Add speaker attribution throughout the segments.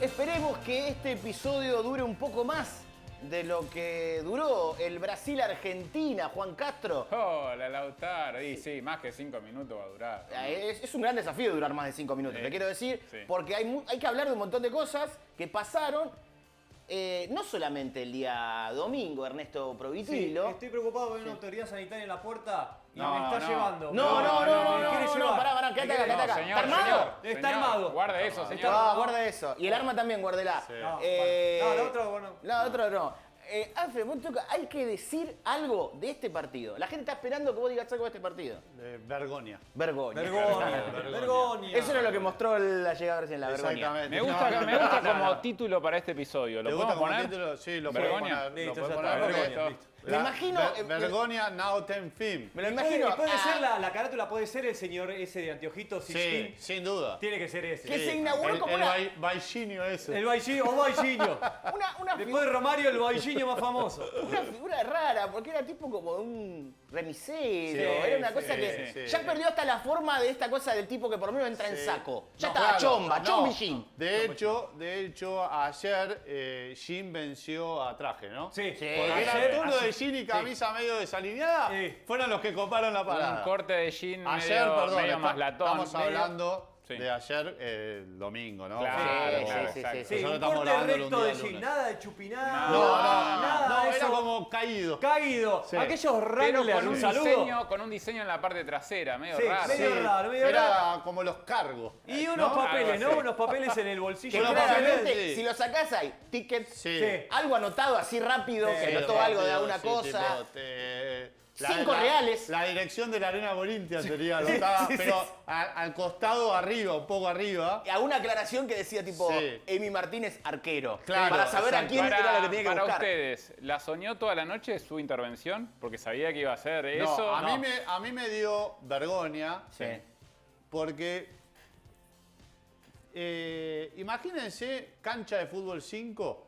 Speaker 1: Esperemos que este episodio dure un poco más de lo que duró el Brasil-Argentina, Juan Castro.
Speaker 2: Hola, Lautaro. Y sí, más que cinco minutos va a durar.
Speaker 1: Es, es un gran desafío durar más de cinco minutos,
Speaker 2: Sí.
Speaker 1: te quiero decir,
Speaker 2: Sí.
Speaker 1: porque hay, mu- hay que hablar de un montón de cosas que pasaron, eh, no solamente el día domingo, Ernesto
Speaker 3: Sí,
Speaker 1: Provitilo.
Speaker 3: estoy preocupado con una autoridad sanitaria en la puerta y
Speaker 2: No,
Speaker 3: me está
Speaker 2: no.
Speaker 3: llevando.
Speaker 1: No, no, no,
Speaker 2: No,
Speaker 1: no,
Speaker 3: me
Speaker 1: no,
Speaker 3: quiere
Speaker 1: no,
Speaker 3: llevar.
Speaker 1: pará, pará, quédate acá, quédate
Speaker 3: Me quiere-
Speaker 1: acá.
Speaker 2: señor,
Speaker 1: ¿Está armado?
Speaker 2: señor,
Speaker 3: Está
Speaker 2: señor,
Speaker 3: armado.
Speaker 2: Guarde eso,
Speaker 3: Está
Speaker 2: señor.
Speaker 1: Ah, guarda eso. Y el arma también, guárdela.
Speaker 2: Sí.
Speaker 3: No,
Speaker 1: Eh,
Speaker 3: bueno. No, la otra, bueno.
Speaker 1: La otra no. Eh, Alfred, vos toca- hay que decir algo de este partido. La gente está esperando que vos digas algo de este partido.
Speaker 4: Eh, Vergonia.
Speaker 1: Vergoña.
Speaker 3: Vergonia,
Speaker 4: Vergonia.
Speaker 3: vergonia.
Speaker 1: Eso era lo que mostró el- la llegada recién, la vergüenza.
Speaker 4: Exactamente.
Speaker 2: Me gusta,
Speaker 4: No, no,
Speaker 2: me gusta
Speaker 4: no, no,
Speaker 2: como
Speaker 4: no.
Speaker 2: título para este episodio. ¿Lo
Speaker 4: ¿Te gusta
Speaker 2: podemos
Speaker 4: como
Speaker 2: poner?
Speaker 4: título? Sí, lo puedo
Speaker 2: Vergonia.
Speaker 4: poner.
Speaker 3: Listo,
Speaker 4: lo
Speaker 3: ya
Speaker 4: puedo
Speaker 3: está,
Speaker 4: poner porque-
Speaker 3: vergonia,
Speaker 2: Perfecto.
Speaker 3: listo.
Speaker 1: Me imagino,
Speaker 4: Ver-
Speaker 1: eh,
Speaker 4: Vergonia now ten film.
Speaker 1: Me lo
Speaker 3: Puede-
Speaker 1: imagino.
Speaker 3: Puede
Speaker 1: ah,
Speaker 3: ser la, la carátula, puede ser el señor ese de anteojitos.
Speaker 4: Sí,
Speaker 3: Siskin.
Speaker 4: sin duda.
Speaker 3: Tiene que ser ese.
Speaker 1: ¿Qué se inauguró
Speaker 4: el,
Speaker 1: como
Speaker 4: el
Speaker 1: una-
Speaker 4: bai- bailinho ese.
Speaker 3: El Bailliño o Bailliño.
Speaker 1: Una, una fi-
Speaker 3: Después de Romario, el Bailliño más famoso.
Speaker 1: una figura rara, porque era tipo como un remisero.
Speaker 3: Sí,
Speaker 1: era una
Speaker 3: sí,
Speaker 1: cosa que
Speaker 4: sí, sí.
Speaker 1: ya perdió hasta la forma de esta cosa del tipo que por lo menos entra en
Speaker 4: Sí.
Speaker 1: saco. Ya
Speaker 4: No,
Speaker 1: está,
Speaker 4: claro,
Speaker 1: chomba,
Speaker 4: no.
Speaker 1: chombi jean.
Speaker 4: De hecho, de hecho, ayer eh, Jim venció a traje, ¿no?
Speaker 3: Sí.
Speaker 1: Sí.
Speaker 4: Porque
Speaker 3: Ayer-
Speaker 4: era turno de Jim y camisa medio desalineada.
Speaker 3: Sí.
Speaker 4: Fueron los que coparon la parada.
Speaker 2: Un corte de jean
Speaker 4: Ayer,
Speaker 2: medio,
Speaker 4: perdón,
Speaker 2: medio
Speaker 4: está-
Speaker 2: más latón.
Speaker 4: estamos
Speaker 2: Medio-
Speaker 4: hablando
Speaker 2: Sí.
Speaker 4: de ayer, eh, el domingo, ¿no?
Speaker 2: Claro,
Speaker 1: Sí,
Speaker 2: claro,
Speaker 1: sí, sí,
Speaker 2: exacto.
Speaker 1: sí,
Speaker 3: Sí,
Speaker 4: Nosotros
Speaker 3: un
Speaker 4: estamos
Speaker 3: corte
Speaker 4: grabándolo
Speaker 3: recto
Speaker 4: un
Speaker 3: de
Speaker 4: día
Speaker 3: Jim,
Speaker 4: lunes.
Speaker 3: nada de chupinado,
Speaker 4: No, no, no,
Speaker 3: nada
Speaker 4: no,
Speaker 3: de
Speaker 4: era
Speaker 3: eso.
Speaker 4: como caído.
Speaker 3: Caído,
Speaker 4: Sí.
Speaker 3: aquellos
Speaker 2: Pero
Speaker 3: Wranglers,
Speaker 2: con un,
Speaker 3: un saludo.
Speaker 2: diseño, con un diseño en la parte trasera, medio
Speaker 3: Sí,
Speaker 2: raro.
Speaker 3: medio
Speaker 4: Sí,
Speaker 3: raro, medio
Speaker 4: Era
Speaker 3: raro.
Speaker 4: como los cargos.
Speaker 3: Y unos
Speaker 2: ¿No?
Speaker 3: papeles,
Speaker 2: Algo
Speaker 3: ¿no?
Speaker 2: así.
Speaker 3: Unos papeles en el
Speaker 1: Que
Speaker 3: bolsillo.
Speaker 4: Bueno,
Speaker 3: Unos papeles.
Speaker 1: claramente,
Speaker 4: sí.
Speaker 1: si lo sacás hay tickets,
Speaker 4: Sí.
Speaker 3: Sí.
Speaker 1: algo anotado así rápido, que
Speaker 4: Sí,
Speaker 1: anotó
Speaker 4: rápido,
Speaker 1: algo de alguna
Speaker 4: sí,
Speaker 1: cosa.
Speaker 4: tipo, te-
Speaker 1: Cinco reales.
Speaker 4: La dirección de la Arena Corintia sería anotada,
Speaker 3: sí, sí,
Speaker 4: pero
Speaker 3: sí.
Speaker 4: a- al costado arriba, un poco arriba.
Speaker 1: Y alguna aclaración que decía tipo,
Speaker 4: Sí.
Speaker 1: Emi Martínez, arquero.
Speaker 4: Claro,
Speaker 1: para saber a
Speaker 4: exacto.
Speaker 1: quién
Speaker 2: para,
Speaker 1: era lo que tenía que
Speaker 2: para
Speaker 1: buscar.
Speaker 2: ustedes, ¿la soñó toda la noche su intervención? Porque sabía que iba a hacer
Speaker 4: No,
Speaker 2: eso.
Speaker 4: a,
Speaker 2: No.
Speaker 4: Mí me, a mí me dio vergüenza
Speaker 1: Sí.
Speaker 4: porque eh, imagínense cancha de fútbol 5.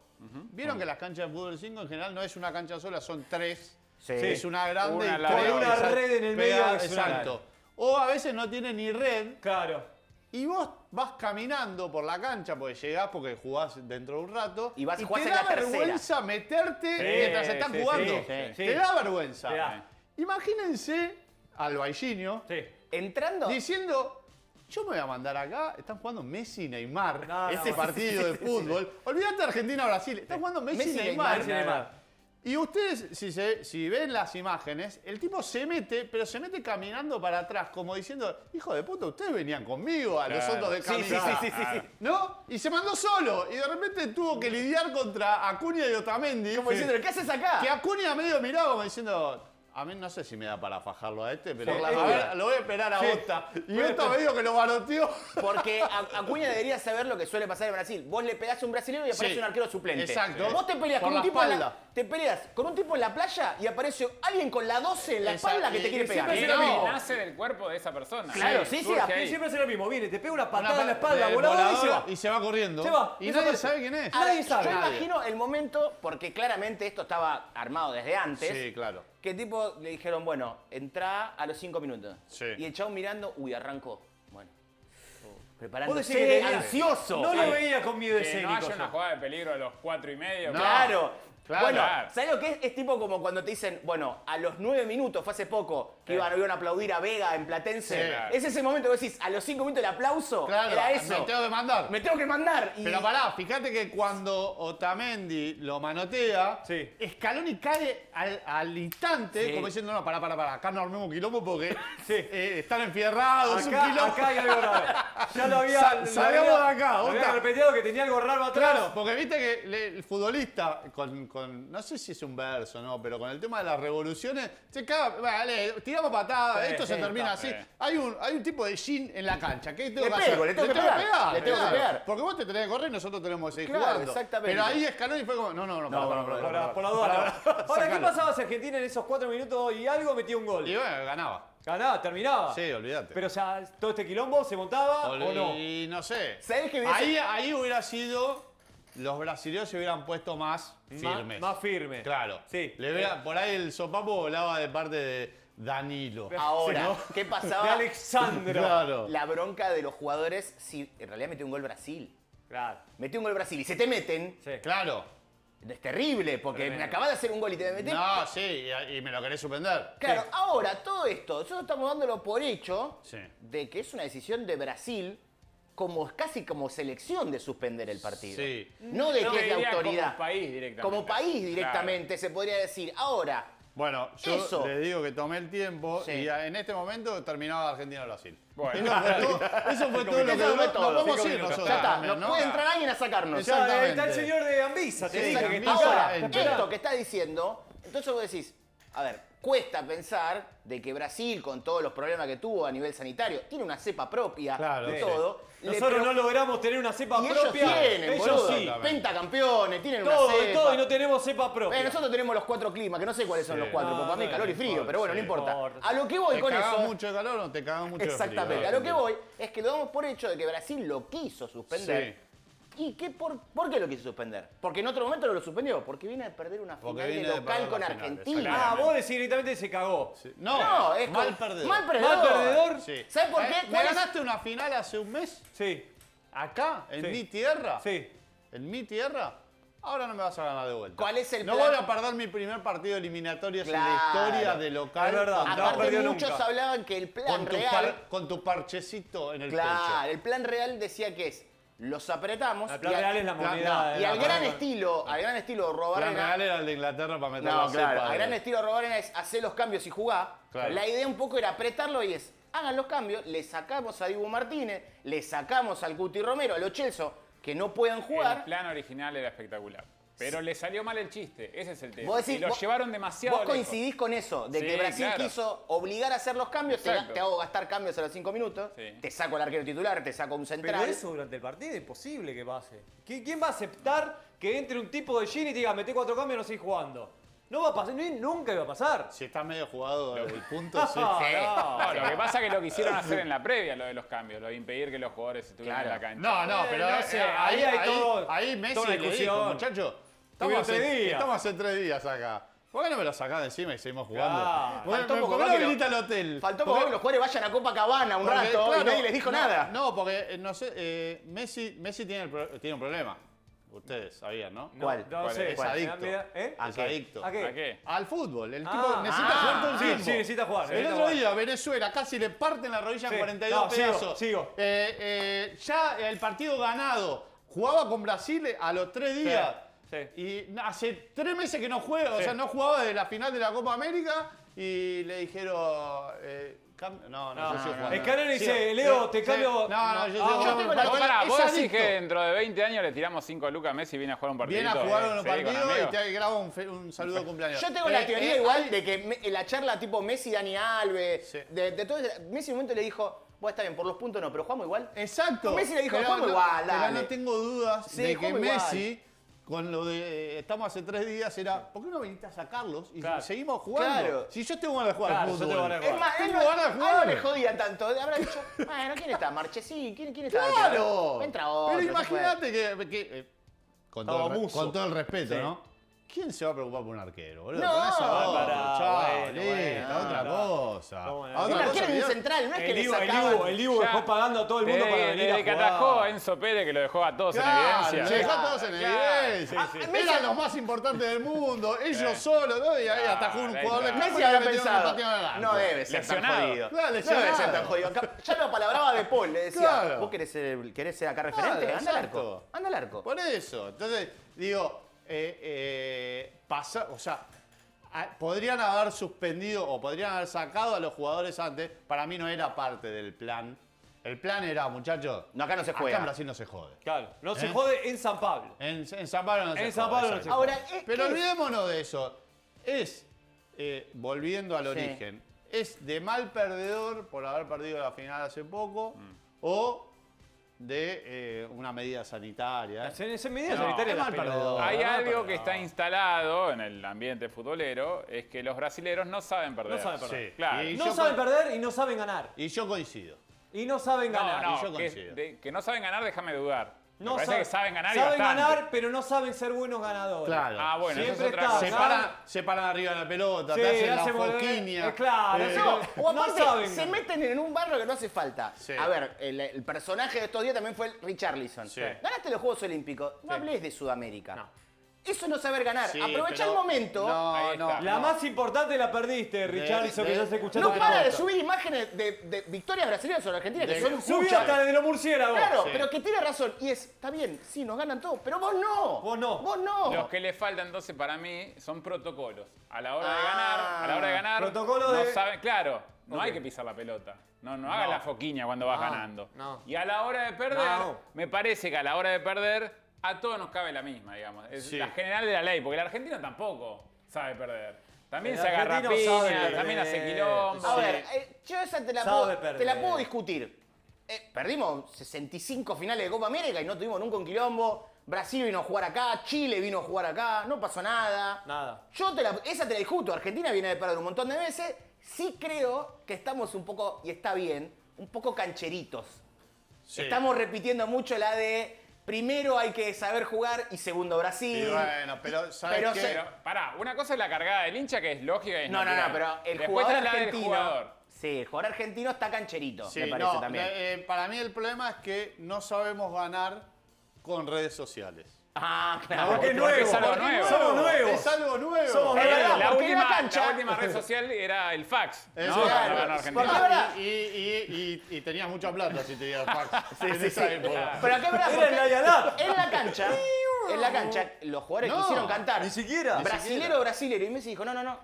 Speaker 4: Vieron que las canchas de fútbol 5 en general no es una cancha sola, son tres.
Speaker 1: Sí.
Speaker 4: Es una grande
Speaker 2: Una
Speaker 4: y
Speaker 2: al lado
Speaker 4: tres
Speaker 2: de
Speaker 4: que
Speaker 2: otra.
Speaker 4: se
Speaker 3: Una red en el
Speaker 4: pega-
Speaker 3: medio que es una
Speaker 4: Exacto. O a veces no tiene ni red
Speaker 3: Claro.
Speaker 4: Y vos vas caminando por la cancha, porque llegás, porque jugás dentro de un rato.
Speaker 1: Y vas- jugás
Speaker 4: te
Speaker 1: en
Speaker 4: da
Speaker 1: la tercera.
Speaker 4: vergüenza meterte mientras están
Speaker 2: sí,
Speaker 4: jugando.
Speaker 2: sí,
Speaker 1: sí,
Speaker 3: sí.
Speaker 4: Te da vergüenza.
Speaker 3: Te da.
Speaker 4: Imagínense al Bailinho
Speaker 3: Sí.
Speaker 1: Entrando,
Speaker 4: diciendo. Yo me voy a mandar acá, están jugando Messi y Neymar,
Speaker 3: No, no,
Speaker 4: este
Speaker 3: bueno.
Speaker 4: partido de fútbol. Olvídate Argentina-Brasil, están jugando Messi,
Speaker 1: Messi y
Speaker 4: y
Speaker 1: Neymar,
Speaker 4: Neymar. Y ustedes, si, se- si ven las imágenes, el tipo se mete, pero se mete caminando para atrás, como diciendo, hijo de puta, ustedes venían conmigo a
Speaker 2: Claro.
Speaker 4: nosotros de
Speaker 2: Sí,
Speaker 4: camiseta".
Speaker 1: sí, sí, sí, sí.
Speaker 4: ¿No? Y se mandó solo. Y de repente tuvo que lidiar contra Acuña y Otamendi.
Speaker 1: como diciendo, ¿qué haces acá?
Speaker 4: Que Acuña medio miraba como diciendo... A mí no sé si me da para fajarlo a este, pero
Speaker 3: Sí,
Speaker 4: a
Speaker 3: es
Speaker 4: ver,
Speaker 3: verdad.
Speaker 4: lo voy a esperar a
Speaker 3: Sí.
Speaker 4: Bosta. Y Bosta medio que lo baroteó.
Speaker 1: Porque a- Acuña debería saber lo que suele pasar en Brasil. Vos le pegás a un brasileño y aparece
Speaker 4: Sí.
Speaker 1: un arquero suplente.
Speaker 4: Exacto.
Speaker 1: Vos te peleas
Speaker 4: Por
Speaker 1: con un
Speaker 4: la
Speaker 1: tipo en la,
Speaker 4: espalda.
Speaker 1: te peleas con un tipo en la playa y aparece alguien con la 12 en la
Speaker 4: Exacto.
Speaker 1: espalda que te
Speaker 4: Y-
Speaker 1: quiere
Speaker 4: y
Speaker 1: pegar.
Speaker 4: siempre
Speaker 2: Y
Speaker 4: Pero
Speaker 2: no,
Speaker 4: no.
Speaker 2: nace del cuerpo de esa persona.
Speaker 1: Claro, sí, sí,
Speaker 2: surge
Speaker 1: a-
Speaker 2: ahí.
Speaker 3: Y siempre hace lo mismo. Viene, te pega una patada
Speaker 4: Una
Speaker 3: en la
Speaker 4: pa-
Speaker 3: espalda,
Speaker 4: del
Speaker 3: voladora y se va.
Speaker 4: volador, y se va corriendo.
Speaker 3: Se va,
Speaker 4: y nadie
Speaker 3: desaparece.
Speaker 4: sabe quién es.
Speaker 3: Nadie sabe.
Speaker 1: Yo
Speaker 4: Nadie.
Speaker 1: imagino el momento, porque claramente esto estaba armado desde antes.
Speaker 4: Sí, claro.
Speaker 1: Que tipo le dijeron, bueno, entra a los cinco minutos.
Speaker 4: Sí.
Speaker 1: Y el chavo mirando, uy, arrancó. Bueno.
Speaker 4: Oh.
Speaker 3: Vos
Speaker 1: Preparándose,
Speaker 3: decís que tenía-
Speaker 1: ansioso.
Speaker 3: No
Speaker 1: Sí.
Speaker 3: lo veía con miedo
Speaker 2: Que no
Speaker 3: escénico.
Speaker 2: haya una
Speaker 3: yo.
Speaker 2: jugada de peligro a los cuatro y medio.
Speaker 4: No.
Speaker 1: Claro.
Speaker 4: Claro.
Speaker 1: Bueno,
Speaker 2: Claro.
Speaker 1: ¿sabes lo que es? Es tipo como cuando te dicen, bueno, a los nueve minutos, fue hace poco, que iban, iban a aplaudir a Vega en Platense.
Speaker 4: Sí, claro.
Speaker 1: Es ese momento que decís, a los cinco minutos el aplauso,
Speaker 4: Claro,
Speaker 1: era eso.
Speaker 4: me tengo que mandar.
Speaker 1: Me tengo que mandar. Y
Speaker 4: Pero pará, fíjate que cuando Otamendi lo manotea,
Speaker 3: Sí.
Speaker 4: Scaloni cae al, al instante,
Speaker 1: Sí.
Speaker 4: como diciendo, no, pará, pará, pará, acá no armemos quilombo porque
Speaker 3: Sí.
Speaker 4: eh, están enfierrados, es un
Speaker 3: Acá,
Speaker 4: quilombo.
Speaker 3: acá hay algo raro. Ya lo había.
Speaker 4: Sa-
Speaker 3: lo
Speaker 4: salgamos
Speaker 3: había-
Speaker 4: de acá,
Speaker 3: lo había
Speaker 4: onda.
Speaker 3: repetido que tenía algo raro atrás.
Speaker 4: Claro, porque viste que le- el futbolista, con, con- no sé si es un verso no, pero con el tema de las revoluciones, se caga, vale, tiramos patadas,
Speaker 3: Sí,
Speaker 4: esto se
Speaker 3: sí,
Speaker 4: termina
Speaker 3: está,
Speaker 4: así.
Speaker 2: sí.
Speaker 4: Hay un, hay un tipo de jean en la cancha. ¿Qué tengo
Speaker 1: Le pego,
Speaker 4: que hacer?
Speaker 1: le tengo que pegar, le tengo que
Speaker 4: claro,
Speaker 1: pegar.
Speaker 4: Porque vos te tenés que correr y nosotros tenemos que seguir
Speaker 1: Claro,
Speaker 4: jugando.
Speaker 1: exactamente.
Speaker 4: Pero ahí Scaloni fue como, no, no, no, pará, pará, pará,
Speaker 3: Por
Speaker 4: pará,
Speaker 3: la, por la
Speaker 4: pará,
Speaker 3: duda,
Speaker 4: pará,
Speaker 3: no.
Speaker 4: pará,
Speaker 3: Ahora, ¿qué
Speaker 4: sacalo.
Speaker 3: pasaba si Argentina en esos cuatro minutos y algo metía un gol?
Speaker 4: Y bueno, ganaba.
Speaker 3: Ganaba, terminaba.
Speaker 4: Sí, olvídate.
Speaker 3: Ah. Pero, o sea, todo este quilombo se montaba o no.
Speaker 4: Y no sé.
Speaker 1: ¿Sabés que hubiese-
Speaker 4: ahí, ahí hubiera sido, los brasileños se hubieran puesto más
Speaker 3: Más-
Speaker 4: firmes.
Speaker 3: Más firme.
Speaker 4: Claro.
Speaker 3: Sí.
Speaker 4: Le vea- por ahí el sopapo volaba de parte de Danilo.
Speaker 1: ahora,
Speaker 4: ¿no?
Speaker 1: ¿qué
Speaker 3: De
Speaker 1: pasaba?
Speaker 3: Alexandro.
Speaker 4: Claro.
Speaker 1: La bronca de los jugadores si en realidad metió un gol Brasil.
Speaker 3: Claro.
Speaker 1: Metió un gol Brasil y se te meten.
Speaker 3: Sí.
Speaker 4: Claro.
Speaker 1: Es terrible, porque
Speaker 3: Tremendo.
Speaker 1: me acabas de hacer un gol y te metes.
Speaker 4: No, sí, y, y me lo querés suspender.
Speaker 1: Claro, ahora todo esto, nosotros estamos dándolo por hecho
Speaker 4: Sí.
Speaker 1: de que es una decisión de Brasil como casi como selección de suspender el partido.
Speaker 4: Sí.
Speaker 1: No de
Speaker 2: Yo
Speaker 1: que es la
Speaker 2: diría
Speaker 1: autoridad.
Speaker 2: Como país directamente.
Speaker 1: Como país
Speaker 2: Claro.
Speaker 1: directamente se podría decir. Ahora,
Speaker 4: Bueno, yo
Speaker 1: Eso.
Speaker 4: les digo que tomé el tiempo
Speaker 1: Sí.
Speaker 4: y a- en este momento terminaba Argentina-Brasil.
Speaker 2: Bueno.
Speaker 4: Eso fue todo, eso fue todo lo que
Speaker 1: Eso fue
Speaker 4: duró.
Speaker 1: todo.
Speaker 4: Nos vamos
Speaker 1: Cinco
Speaker 4: a ir
Speaker 1: ya
Speaker 4: nosotros.
Speaker 1: está,
Speaker 4: también,
Speaker 1: no
Speaker 4: ¿no?
Speaker 1: puede entrar alguien a sacarnos.
Speaker 4: Exacto.
Speaker 3: Ya, eh, está el
Speaker 4: Exactamente.
Speaker 3: señor de Gambisa, te
Speaker 4: Sí,
Speaker 3: dije que está
Speaker 4: Gambisa.
Speaker 1: Ahora,
Speaker 3: acá.
Speaker 4: Exactamente.
Speaker 1: esto que está diciendo, entonces vos decís, a ver, cuesta pensar de que Brasil, con todos los problemas que tuvo a nivel sanitario, tiene una cepa propia
Speaker 4: Claro,
Speaker 1: y
Speaker 4: sí.
Speaker 1: todo. le
Speaker 3: Nosotros
Speaker 1: pre-
Speaker 3: no logramos tener una cepa
Speaker 1: y ellos
Speaker 3: propia.
Speaker 1: tienen,
Speaker 3: ellos
Speaker 1: boludo.
Speaker 3: sí.
Speaker 4: Exactamente.
Speaker 1: Pentacampeones, tienen una
Speaker 3: Todo,
Speaker 1: cepa.
Speaker 3: y todo, y no tenemos cepa propia.
Speaker 1: Eh, nosotros tenemos los cuatro climas, que no sé cuáles son
Speaker 4: Sí.
Speaker 1: los cuatro,
Speaker 3: No,
Speaker 1: porque para mí
Speaker 3: no,
Speaker 1: calor y
Speaker 3: no
Speaker 1: frío,
Speaker 3: importa,
Speaker 1: pero bueno, no
Speaker 3: sí.
Speaker 1: importa.
Speaker 3: Importa.
Speaker 1: A lo que voy
Speaker 4: ¿Te
Speaker 1: con
Speaker 4: cagás
Speaker 1: eso.
Speaker 4: mucho de calor o no te cagás mucho de frío?
Speaker 1: Exactamente, a lo que voy es que lo damos por hecho de que Brasil lo quiso suspender. ¿Y qué por, por qué lo quiso suspender? Porque en otro momento no lo suspendió, porque viene a perder una
Speaker 4: Porque
Speaker 1: final de
Speaker 4: viene de
Speaker 1: local
Speaker 4: perder
Speaker 1: con
Speaker 4: la final,
Speaker 1: Argentina.
Speaker 3: Ah,
Speaker 4: exactamente.
Speaker 3: vos decís directamente se cagó.
Speaker 4: No,
Speaker 1: No, es
Speaker 4: mal
Speaker 1: como-
Speaker 4: perdedor.
Speaker 1: Mal perdedor.
Speaker 3: ¿Mal perdedor?
Speaker 4: Sí.
Speaker 1: ¿Sabes por
Speaker 4: Eh,
Speaker 1: qué?
Speaker 4: ¿Me
Speaker 1: ¿Cuál es?
Speaker 4: ganaste una final hace un mes?
Speaker 3: Sí.
Speaker 4: ¿Acá? ¿En
Speaker 3: Sí.
Speaker 4: mi tierra?
Speaker 3: Sí.
Speaker 4: ¿En mi tierra? Ahora no me vas a ganar de vuelta.
Speaker 1: ¿Cuál es el
Speaker 4: No
Speaker 1: plan?
Speaker 4: voy a perder mi primer partido eliminatorio
Speaker 1: Claro.
Speaker 4: en la historia de local.
Speaker 3: Es verdad,
Speaker 4: con-
Speaker 3: no
Speaker 1: Aparte,
Speaker 3: perdió
Speaker 1: muchos
Speaker 3: nunca.
Speaker 1: hablaban que el plan
Speaker 4: con, tu
Speaker 1: real.
Speaker 4: par- con tu parchecito en el
Speaker 1: Claro,
Speaker 4: pecho.
Speaker 1: el plan real decía que es los apretamos.
Speaker 3: El plan
Speaker 1: y al-
Speaker 3: real es la
Speaker 4: plan-
Speaker 3: moneda.
Speaker 4: no,
Speaker 1: Y
Speaker 3: eh,
Speaker 1: al
Speaker 3: la-
Speaker 1: gran estilo, al gran estilo
Speaker 4: Plan
Speaker 1: Robarena.
Speaker 4: real era el de Inglaterra para
Speaker 1: No,
Speaker 4: meter la
Speaker 1: claro,
Speaker 4: cepa
Speaker 1: al
Speaker 4: de-
Speaker 1: gran estilo Robarena es hacer los cambios y jugar.
Speaker 4: Claro.
Speaker 1: La idea un poco era apretarlo y es, hagan los cambios, le sacamos a Dibu Martínez, le sacamos al Cuti Romero, a los Chelso, que no puedan
Speaker 2: El
Speaker 1: jugar.
Speaker 2: plan original era espectacular. Pero le salió mal el chiste. Ese es el tema.
Speaker 1: Vos decís,
Speaker 2: y lo
Speaker 1: vos-
Speaker 2: llevaron demasiado
Speaker 1: Vos
Speaker 2: lejos.
Speaker 1: coincidís con eso, de que
Speaker 2: Sí,
Speaker 1: Brasil
Speaker 2: claro.
Speaker 1: quiso obligar a hacer los cambios, te,
Speaker 2: Exacto.
Speaker 1: te hago gastar cambios a los cinco minutos,
Speaker 2: Sí.
Speaker 1: te saco al arquero titular, te saco un
Speaker 3: Pero
Speaker 1: central.
Speaker 3: eso durante el partido es imposible que pase. ¿Qui- ¿Quién va a aceptar que entre un tipo de Gini y te diga, meté cuatro cambios no seguís jugando? No va a pasar, ni- nunca iba a pasar.
Speaker 4: Si estás medio jugado el punto, sí.
Speaker 3: No, no.
Speaker 2: No, lo que pasa es que lo quisieron hacer en la previa, lo de los cambios, lo de impedir que los jugadores estuvieran
Speaker 1: Claro.
Speaker 2: en la cancha.
Speaker 4: No, no, pero
Speaker 3: Eh, no,
Speaker 4: ese-
Speaker 3: eh,
Speaker 4: ahí,
Speaker 3: ahí hay
Speaker 4: ahí-
Speaker 3: todo-
Speaker 4: ahí Messi
Speaker 3: toda una
Speaker 4: le dijo,
Speaker 3: discusión.
Speaker 4: muchacho, estamos
Speaker 3: Tuvieron tres
Speaker 4: hace,
Speaker 3: días".
Speaker 4: estamos hace tres días acá. ¿Por qué no me lo sacás de encima y seguimos jugando?
Speaker 3: Claro.
Speaker 4: Bueno,
Speaker 1: Faltó
Speaker 4: ¿Por
Speaker 1: poco
Speaker 4: qué
Speaker 1: más
Speaker 4: no
Speaker 1: que lo-
Speaker 4: habilita el hotel?
Speaker 1: Faltó
Speaker 4: Porque-
Speaker 1: poco que los jugadores vayan a Copacabana un
Speaker 4: porque,
Speaker 1: rato
Speaker 4: claro,
Speaker 1: y nadie les dijo
Speaker 4: no,
Speaker 1: nada.
Speaker 4: No, porque eh, no sé, eh, Messi, Messi tiene, el pro- tiene un problema. Ustedes sabían, ¿no?
Speaker 3: No,
Speaker 1: ¿Cuál?
Speaker 3: No,
Speaker 2: ¿Cuál
Speaker 3: sé.
Speaker 4: Es
Speaker 3: Me da-
Speaker 4: adicto.
Speaker 3: me da- ¿Eh?
Speaker 1: ¿A
Speaker 4: Es
Speaker 1: qué?
Speaker 4: adicto.
Speaker 3: ¿A qué?
Speaker 2: ¿A qué?
Speaker 4: Al fútbol. El tipo
Speaker 3: Ah.
Speaker 4: necesita
Speaker 1: Ah.
Speaker 4: jugar todo el
Speaker 3: Sí,
Speaker 4: tiempo.
Speaker 3: sí, necesita jugar,
Speaker 4: El
Speaker 3: necesita
Speaker 4: otro
Speaker 3: jugar.
Speaker 4: día, Venezuela, casi le parten la rodilla en
Speaker 3: Sí.
Speaker 4: 42
Speaker 3: No, sigo,
Speaker 4: pedazos.
Speaker 3: sigo.
Speaker 4: Eh, eh, ya el partido ganado. Jugaba con Brasil a los tres días.
Speaker 3: sí.
Speaker 4: Y hace tres meses que no juega. O sea, no jugaba desde la final de la Copa América. Y le dijeron... eh, cam- no, no,
Speaker 3: No,
Speaker 4: yo sigo
Speaker 3: no,
Speaker 4: jugando.
Speaker 3: el Canelo
Speaker 4: Sigo.
Speaker 3: dice, Leo, te
Speaker 4: Sí.
Speaker 3: cambio-
Speaker 4: No, no, yo
Speaker 3: Ah,
Speaker 4: sigo
Speaker 3: yo
Speaker 4: jugando.
Speaker 1: tengo la-
Speaker 2: Pero
Speaker 4: Porque
Speaker 2: pará,
Speaker 4: es
Speaker 2: vos decís
Speaker 4: adicto.
Speaker 2: que dentro de 20 años le tiramos 5 lucas a Messi y viene a jugar un eh, partido.
Speaker 4: Viene a jugar
Speaker 3: eh,
Speaker 4: unos partidos y te graba un, fe- un saludo de cumpleaños.
Speaker 1: Yo tengo
Speaker 4: Eh,
Speaker 1: la teoría
Speaker 4: eh,
Speaker 1: igual
Speaker 4: hay-
Speaker 1: de que me- en la charla tipo Messi, Dani Alves,
Speaker 4: Sí.
Speaker 1: de, de todo ese- Messi en un momento le dijo, bueno, está bien, por los puntos no, pero jugamos igual.
Speaker 4: Exacto.
Speaker 1: Con Messi le dijo,
Speaker 4: Pero
Speaker 1: "Jugamos
Speaker 4: no-
Speaker 1: igual,
Speaker 4: pero
Speaker 1: dale".
Speaker 4: no tengo dudas
Speaker 1: Sí,
Speaker 4: de que
Speaker 1: jugamos igual.
Speaker 4: Messi, con lo de eh, estamos hace tres días, era, ¿por qué no viniste a sacarlos y
Speaker 3: Claro.
Speaker 4: seguimos jugando?
Speaker 1: Claro.
Speaker 4: Si yo tengo ganas de jugar al
Speaker 3: Claro, yo
Speaker 4: fútbol.
Speaker 3: tengo ganas de
Speaker 1: Es más, él
Speaker 4: Tengo
Speaker 1: no,
Speaker 4: ganas de
Speaker 1: a él
Speaker 4: jugar.
Speaker 1: no le jodía tanto. Habrá dicho, bueno, ¿quién está? Marchesín, ¿quién, quién está?
Speaker 4: ¡Claro!
Speaker 1: Entra otro.
Speaker 4: Pero
Speaker 1: se fue".
Speaker 4: imagínate que... que, eh, con, todo el,
Speaker 3: Estaba
Speaker 4: re-
Speaker 3: muso.
Speaker 4: con todo el respeto,
Speaker 3: Sí.
Speaker 4: ¿no? ¿Quién se va a preocupar por un arquero, boludo?
Speaker 1: No,
Speaker 4: Con eso, vamos,
Speaker 3: pará,
Speaker 4: chao,
Speaker 3: bueno,
Speaker 4: listo,
Speaker 3: bueno,
Speaker 4: a otra
Speaker 3: pará. Vamos,
Speaker 4: cosa. A
Speaker 3: vamos.
Speaker 4: otra
Speaker 1: El arquero
Speaker 4: cosa,
Speaker 1: es un
Speaker 4: mirá.
Speaker 1: central, no es que
Speaker 3: El
Speaker 1: le
Speaker 3: Ibu, el
Speaker 1: sacaban.
Speaker 3: Ibu, el Ibu dejó pagando a todo el mundo para venir a
Speaker 2: Eh, Desde que
Speaker 3: jugar.
Speaker 2: atajó a Enzo Pérez, que lo dejó a todos en
Speaker 4: Claro, se
Speaker 2: evidencia.
Speaker 4: dejó a todos en
Speaker 2: Claro,
Speaker 4: evidencia.
Speaker 1: sí, sí.
Speaker 4: Eran
Speaker 1: Messi-
Speaker 4: los más importantes del mundo, ellos solos, ¿no? Y ahí
Speaker 2: Claro,
Speaker 4: atajó un
Speaker 2: ahí
Speaker 4: jugador de
Speaker 2: está.
Speaker 4: campo
Speaker 1: Messi
Speaker 4: y
Speaker 1: habrá
Speaker 4: le metió una
Speaker 1: pensado,
Speaker 4: patada en el arco.
Speaker 1: no debe ser tan
Speaker 2: Lesionado.
Speaker 1: jodido.
Speaker 4: Claro,
Speaker 1: no debe
Speaker 4: lesionado.
Speaker 1: ser tan jodido. Ya lo palabraba de Paul, le decía,
Speaker 4: Claro.
Speaker 1: vos querés, ser, querés ser acá referente,
Speaker 4: Claro,
Speaker 1: anda al
Speaker 4: exacto.
Speaker 1: arco, anda al arco.
Speaker 4: Por eso, entonces, digo, eh, eh, pasa, o sea, a- podrían haber suspendido o podrían haber sacado a los jugadores antes. Para mí no era parte del plan. El plan era, muchachos,
Speaker 1: No, acá no se juega.
Speaker 4: en Brasil no se jode.
Speaker 3: Claro, no se
Speaker 4: ¿Eh?
Speaker 3: jode en San Pablo.
Speaker 4: En, en San Pablo no se
Speaker 3: En San
Speaker 4: jode,
Speaker 3: Pablo no
Speaker 4: exacto.
Speaker 3: se
Speaker 1: Ahora, es
Speaker 4: Pero
Speaker 1: que-
Speaker 4: olvidémonos de eso. Es, eh, volviendo al
Speaker 1: Sí.
Speaker 4: origen, es de mal perdedor por haber perdido la final hace poco o de eh, una medida sanitaria.
Speaker 3: En ese medio
Speaker 2: No,
Speaker 3: sanitario
Speaker 4: es
Speaker 3: la
Speaker 4: mal
Speaker 3: pelota.
Speaker 4: perdedor.
Speaker 2: Hay
Speaker 4: Ah,
Speaker 2: algo
Speaker 4: pero
Speaker 2: que
Speaker 4: no.
Speaker 2: está instalado en el ambiente futbolero, es que los brasileros no saben perder.
Speaker 3: No saben perder.
Speaker 4: Sí.
Speaker 2: Claro.
Speaker 4: Y,
Speaker 3: No
Speaker 4: yo
Speaker 3: saben
Speaker 4: con-
Speaker 3: perder y no saben ganar.
Speaker 4: y yo coincido.
Speaker 3: Y no saben
Speaker 2: No,
Speaker 3: ganar.
Speaker 2: no,
Speaker 4: y yo
Speaker 2: que,
Speaker 4: coincido.
Speaker 2: de- que no saben ganar, déjame dudar. Me parece que saben ganar y
Speaker 3: Saben
Speaker 2: bastante.
Speaker 3: ganar, pero no saben ser buenos ganadores.
Speaker 4: Claro.
Speaker 2: Ah, bueno, eso
Speaker 3: Siempre
Speaker 2: es otra
Speaker 3: está,
Speaker 2: cosa.
Speaker 4: Se
Speaker 3: ¿saben?
Speaker 4: paran, se paran arriba de la pelota,
Speaker 3: Sí,
Speaker 4: te hacen la
Speaker 3: hacen volver-
Speaker 4: foquiña.
Speaker 3: eh, claro, sí.
Speaker 1: No, o
Speaker 3: No
Speaker 1: aparte,
Speaker 3: saben.
Speaker 1: se meten en un barro que no hace falta.
Speaker 4: Sí.
Speaker 1: A ver, el, el personaje de estos días también fue el Richarlison.
Speaker 4: Sí.
Speaker 1: Ganaste los Juegos Olímpicos, no hables de Sudamérica.
Speaker 4: No.
Speaker 1: Eso no es saber ganar.
Speaker 4: Sí,
Speaker 1: Aprovecha
Speaker 4: pero-
Speaker 1: el momento. No,
Speaker 4: No,
Speaker 2: Ahí
Speaker 4: no.
Speaker 2: está.
Speaker 3: La más importante la perdiste, Richardson,
Speaker 4: de-
Speaker 3: que ya se escuchando. que
Speaker 1: para de
Speaker 3: gusta.
Speaker 1: subir imágenes de, de victorias brasileñas sobre Argentina, que
Speaker 4: De-
Speaker 1: son
Speaker 3: Subió
Speaker 1: muchas.
Speaker 3: hasta la de los murciélagos.
Speaker 1: Claro,
Speaker 4: Sí.
Speaker 1: pero que tiene razón. Y es, está bien, sí, nos ganan todos, pero vos no.
Speaker 3: Vos no.
Speaker 1: Vos no.
Speaker 2: Los que le falta entonces para mí son protocolos. A la hora de
Speaker 1: Ah,
Speaker 2: ganar, a la hora de ganar,
Speaker 3: protocolo
Speaker 2: no
Speaker 3: de-
Speaker 2: saben, claro, no hay que pisar la pelota. No, no hagas la foquiña cuando vas
Speaker 1: Ah,
Speaker 2: ganando.
Speaker 3: no.
Speaker 2: Y a la hora de perder,
Speaker 3: No.
Speaker 2: me parece que a la hora de perder, a todos nos cabe la misma, digamos. Es
Speaker 4: Sí.
Speaker 2: la general de la ley, porque el argentino tampoco sabe perder. También
Speaker 3: El
Speaker 2: se agarra
Speaker 3: argentino sabe
Speaker 2: piña,
Speaker 3: perder.
Speaker 2: también hace
Speaker 1: A
Speaker 2: quilombo.
Speaker 1: ver, eh, yo esa te la,
Speaker 3: Sabe
Speaker 1: puedo,
Speaker 3: perder.
Speaker 1: te la puedo discutir. Eh, perdimos 65 finales de Copa América y no tuvimos nunca un quilombo. Brasil vino a jugar acá, Chile vino a jugar acá, no pasó nada.
Speaker 3: Nada.
Speaker 1: Yo te la- esa te la discuto. Argentina viene de perder un montón de veces. Sí creo que estamos un poco, y está bien, un poco cancheritos.
Speaker 4: Sí.
Speaker 1: Estamos repitiendo mucho la de primero hay que saber jugar y segundo Brasil.
Speaker 4: Y bueno, pero ¿sabes
Speaker 1: Pero
Speaker 4: qué?
Speaker 1: se-
Speaker 2: Pero, pará, una cosa es la cargada del hincha que es lógica y es
Speaker 1: No, no, no, pero
Speaker 2: natural.
Speaker 1: el
Speaker 2: Después
Speaker 1: jugador
Speaker 2: está la del
Speaker 1: argentino.
Speaker 2: jugador.
Speaker 1: Sí, el jugador argentino está cancherito,
Speaker 4: Sí,
Speaker 1: me parece
Speaker 4: no,
Speaker 1: también.
Speaker 4: eh, para mí el problema es que no sabemos ganar con redes sociales.
Speaker 1: Ah, claro.
Speaker 3: Porque es
Speaker 2: Porque
Speaker 3: nuevo.
Speaker 2: es algo
Speaker 3: porque
Speaker 2: nuevo.
Speaker 3: Somos nuevos.
Speaker 4: Es algo nuevo.
Speaker 3: Somos
Speaker 1: Es
Speaker 2: Eh,
Speaker 1: verdad, porque
Speaker 2: la,
Speaker 1: en la
Speaker 2: última,
Speaker 1: cancha-
Speaker 2: la última red social era el fax.
Speaker 4: Es
Speaker 2: ¿no?
Speaker 4: verdad.
Speaker 2: Cuando ganó Argentina.
Speaker 1: Porque es verdad.
Speaker 4: Y, y- y- y tenías mucha plata si tenías fax. en esa época.
Speaker 1: Pero acá es verdad,
Speaker 3: Era
Speaker 1: porque
Speaker 3: el Ayala.
Speaker 1: en la cancha, en la cancha, los jugadores
Speaker 4: No,
Speaker 1: quisieron cantar.
Speaker 3: ni siquiera.
Speaker 1: Brasilero, brasilero. Y Messi dijo, no, no, no.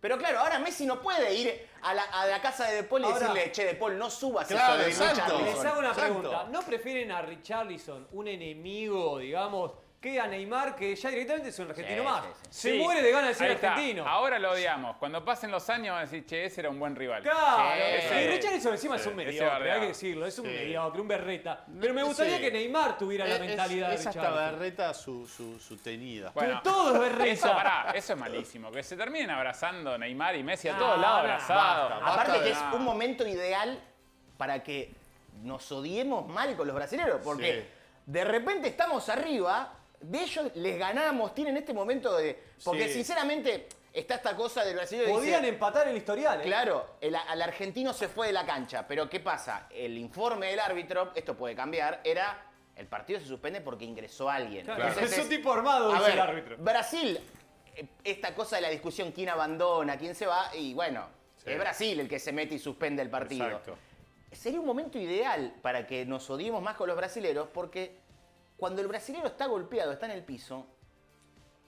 Speaker 1: Pero claro, ahora Messi no puede ir a la, a la casa de De Paul y
Speaker 3: Ahora-
Speaker 1: decirle, che, De Paul, no subas
Speaker 4: Claro,
Speaker 1: eso de
Speaker 4: exacto.
Speaker 1: Richarlison".
Speaker 3: Ah, Les hago una
Speaker 4: Exacto.
Speaker 3: pregunta. ¿No prefieren a Richarlison, un enemigo, digamos, que a Neymar, que ya directamente es un argentino
Speaker 1: Sí,
Speaker 3: más?
Speaker 1: sí, sí.
Speaker 3: Se
Speaker 2: Sí.
Speaker 3: muere de ganas de
Speaker 2: Ahí
Speaker 3: ser
Speaker 2: está.
Speaker 3: argentino.
Speaker 2: Ahora lo odiamos. Cuando pasen los años van a decir, che, ese era un buen rival.
Speaker 3: Claro,
Speaker 2: Sí.
Speaker 3: y Richarlison encima es un
Speaker 2: Sí, ese
Speaker 3: mediocre, hay
Speaker 2: bardeado.
Speaker 3: que decirlo, es un
Speaker 4: Sí.
Speaker 3: mediocre, un berreta. Pero me gustaría
Speaker 4: Sí.
Speaker 3: que Neymar tuviera la
Speaker 4: Es- es-
Speaker 3: mentalidad
Speaker 4: es
Speaker 3: de
Speaker 4: hasta
Speaker 3: Richarlison.
Speaker 4: berreta su, su, su tenida.
Speaker 2: Bueno,
Speaker 3: todo es berreta.
Speaker 2: Eso, pará, eso es malísimo. Que se terminen abrazando Neymar y Messi a
Speaker 3: No,
Speaker 2: todos lados
Speaker 3: no,
Speaker 2: abrazados.
Speaker 4: basta, basta.
Speaker 1: Aparte que es
Speaker 2: de-
Speaker 1: un momento ideal para que nos odiemos mal con los brasileños, porque de repente estamos arriba, de ellos les ganamos, tienen este momento de... Porque
Speaker 4: Sí.
Speaker 1: sinceramente está esta cosa del brasileño... que dice,
Speaker 3: Podían empatar el historial. ¿eh?
Speaker 1: Claro, el, al argentino se fue de la cancha, pero ¿qué pasa? El informe del árbitro, esto puede cambiar, era el partido se suspende porque ingresó alguien.
Speaker 3: Claro,
Speaker 1: Entonces
Speaker 3: Es un tipo armado,
Speaker 1: a
Speaker 3: dice
Speaker 1: ver,
Speaker 3: el árbitro.
Speaker 1: Brasil, eh, esta cosa de la discusión quién abandona, quién se va, y bueno,
Speaker 4: Sí.
Speaker 1: es Brasil el que se mete y suspende el partido.
Speaker 4: Exacto.
Speaker 1: Sería un momento ideal para que nos odiemos más con los brasileros, porque cuando el brasilero está golpeado, está en el piso,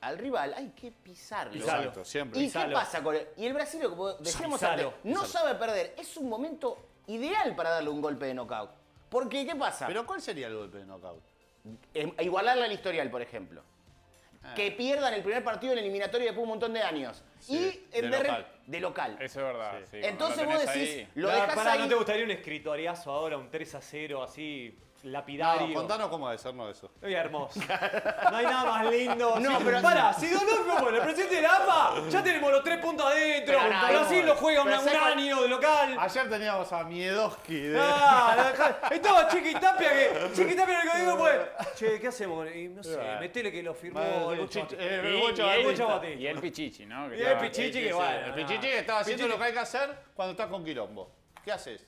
Speaker 1: al rival hay que pisarlo.
Speaker 4: Pisalo. Exacto, siempre.
Speaker 1: ¿Y
Speaker 3: Pisalo.
Speaker 1: qué pasa con él? Y el brasileño, como decíamos
Speaker 3: Pisalo.
Speaker 1: antes, no
Speaker 4: Pisalo.
Speaker 1: sabe perder. Es un momento ideal para darle un golpe de knockout. Porque, ¿qué pasa?
Speaker 4: Pero ¿cuál sería el golpe de knockout?
Speaker 1: Em- igualarle al historial, por ejemplo.
Speaker 3: Ah.
Speaker 1: Que pierdan el primer partido en eliminatorio después de un montón de años.
Speaker 4: Sí,
Speaker 1: y en
Speaker 4: de
Speaker 1: re-
Speaker 4: local.
Speaker 1: de local.
Speaker 2: Eso es verdad.
Speaker 4: Sí.
Speaker 2: sí, cuando
Speaker 1: Entonces
Speaker 2: lo
Speaker 1: vos
Speaker 2: tenés
Speaker 1: decís,
Speaker 2: ahí.
Speaker 1: lo
Speaker 3: Claro,
Speaker 1: dejás
Speaker 3: pará,
Speaker 1: ahí.
Speaker 3: ¿No te gustaría un escritoriazo ahora, un 3 a 0 así,
Speaker 4: No,
Speaker 3: lapidario?
Speaker 4: contanos cómo va a hacernos eso.
Speaker 3: Muy hermoso. No hay nada más lindo.
Speaker 1: No,
Speaker 3: Sí,
Speaker 1: pero-
Speaker 3: Pará, si Dolor bueno, el presidente de la AFA, ya tenemos los tres puntos adentro.
Speaker 1: Pero nada,
Speaker 3: Brasil
Speaker 1: no,
Speaker 3: lo juega
Speaker 4: pero
Speaker 3: una- un
Speaker 4: ¿sabes cuál? Ah,
Speaker 3: año de local.
Speaker 4: Ayer teníamos a Miedoski de.
Speaker 3: Ah, la dejá- Estaba Chiqui Tapia que. Chiqui Tapia en el código pues. Che, ¿qué hacemos? con- y no sé,
Speaker 4: Bueno.
Speaker 3: metele que lo firmó
Speaker 4: Madre,
Speaker 3: el Bochichi.
Speaker 4: eh,
Speaker 2: Y-
Speaker 4: Bocha
Speaker 2: y el-
Speaker 4: Batista.
Speaker 3: Batista.
Speaker 2: Y el Pichichi, ¿no? Que
Speaker 3: Y el
Speaker 2: estaba-
Speaker 3: Pichichi que
Speaker 2: sí,
Speaker 3: bueno.
Speaker 4: El
Speaker 3: Ah.
Speaker 4: Pichichi que estaba haciendo
Speaker 3: Pichichi.
Speaker 4: lo que hay que hacer cuando estás con quilombo. ¿Qué haces?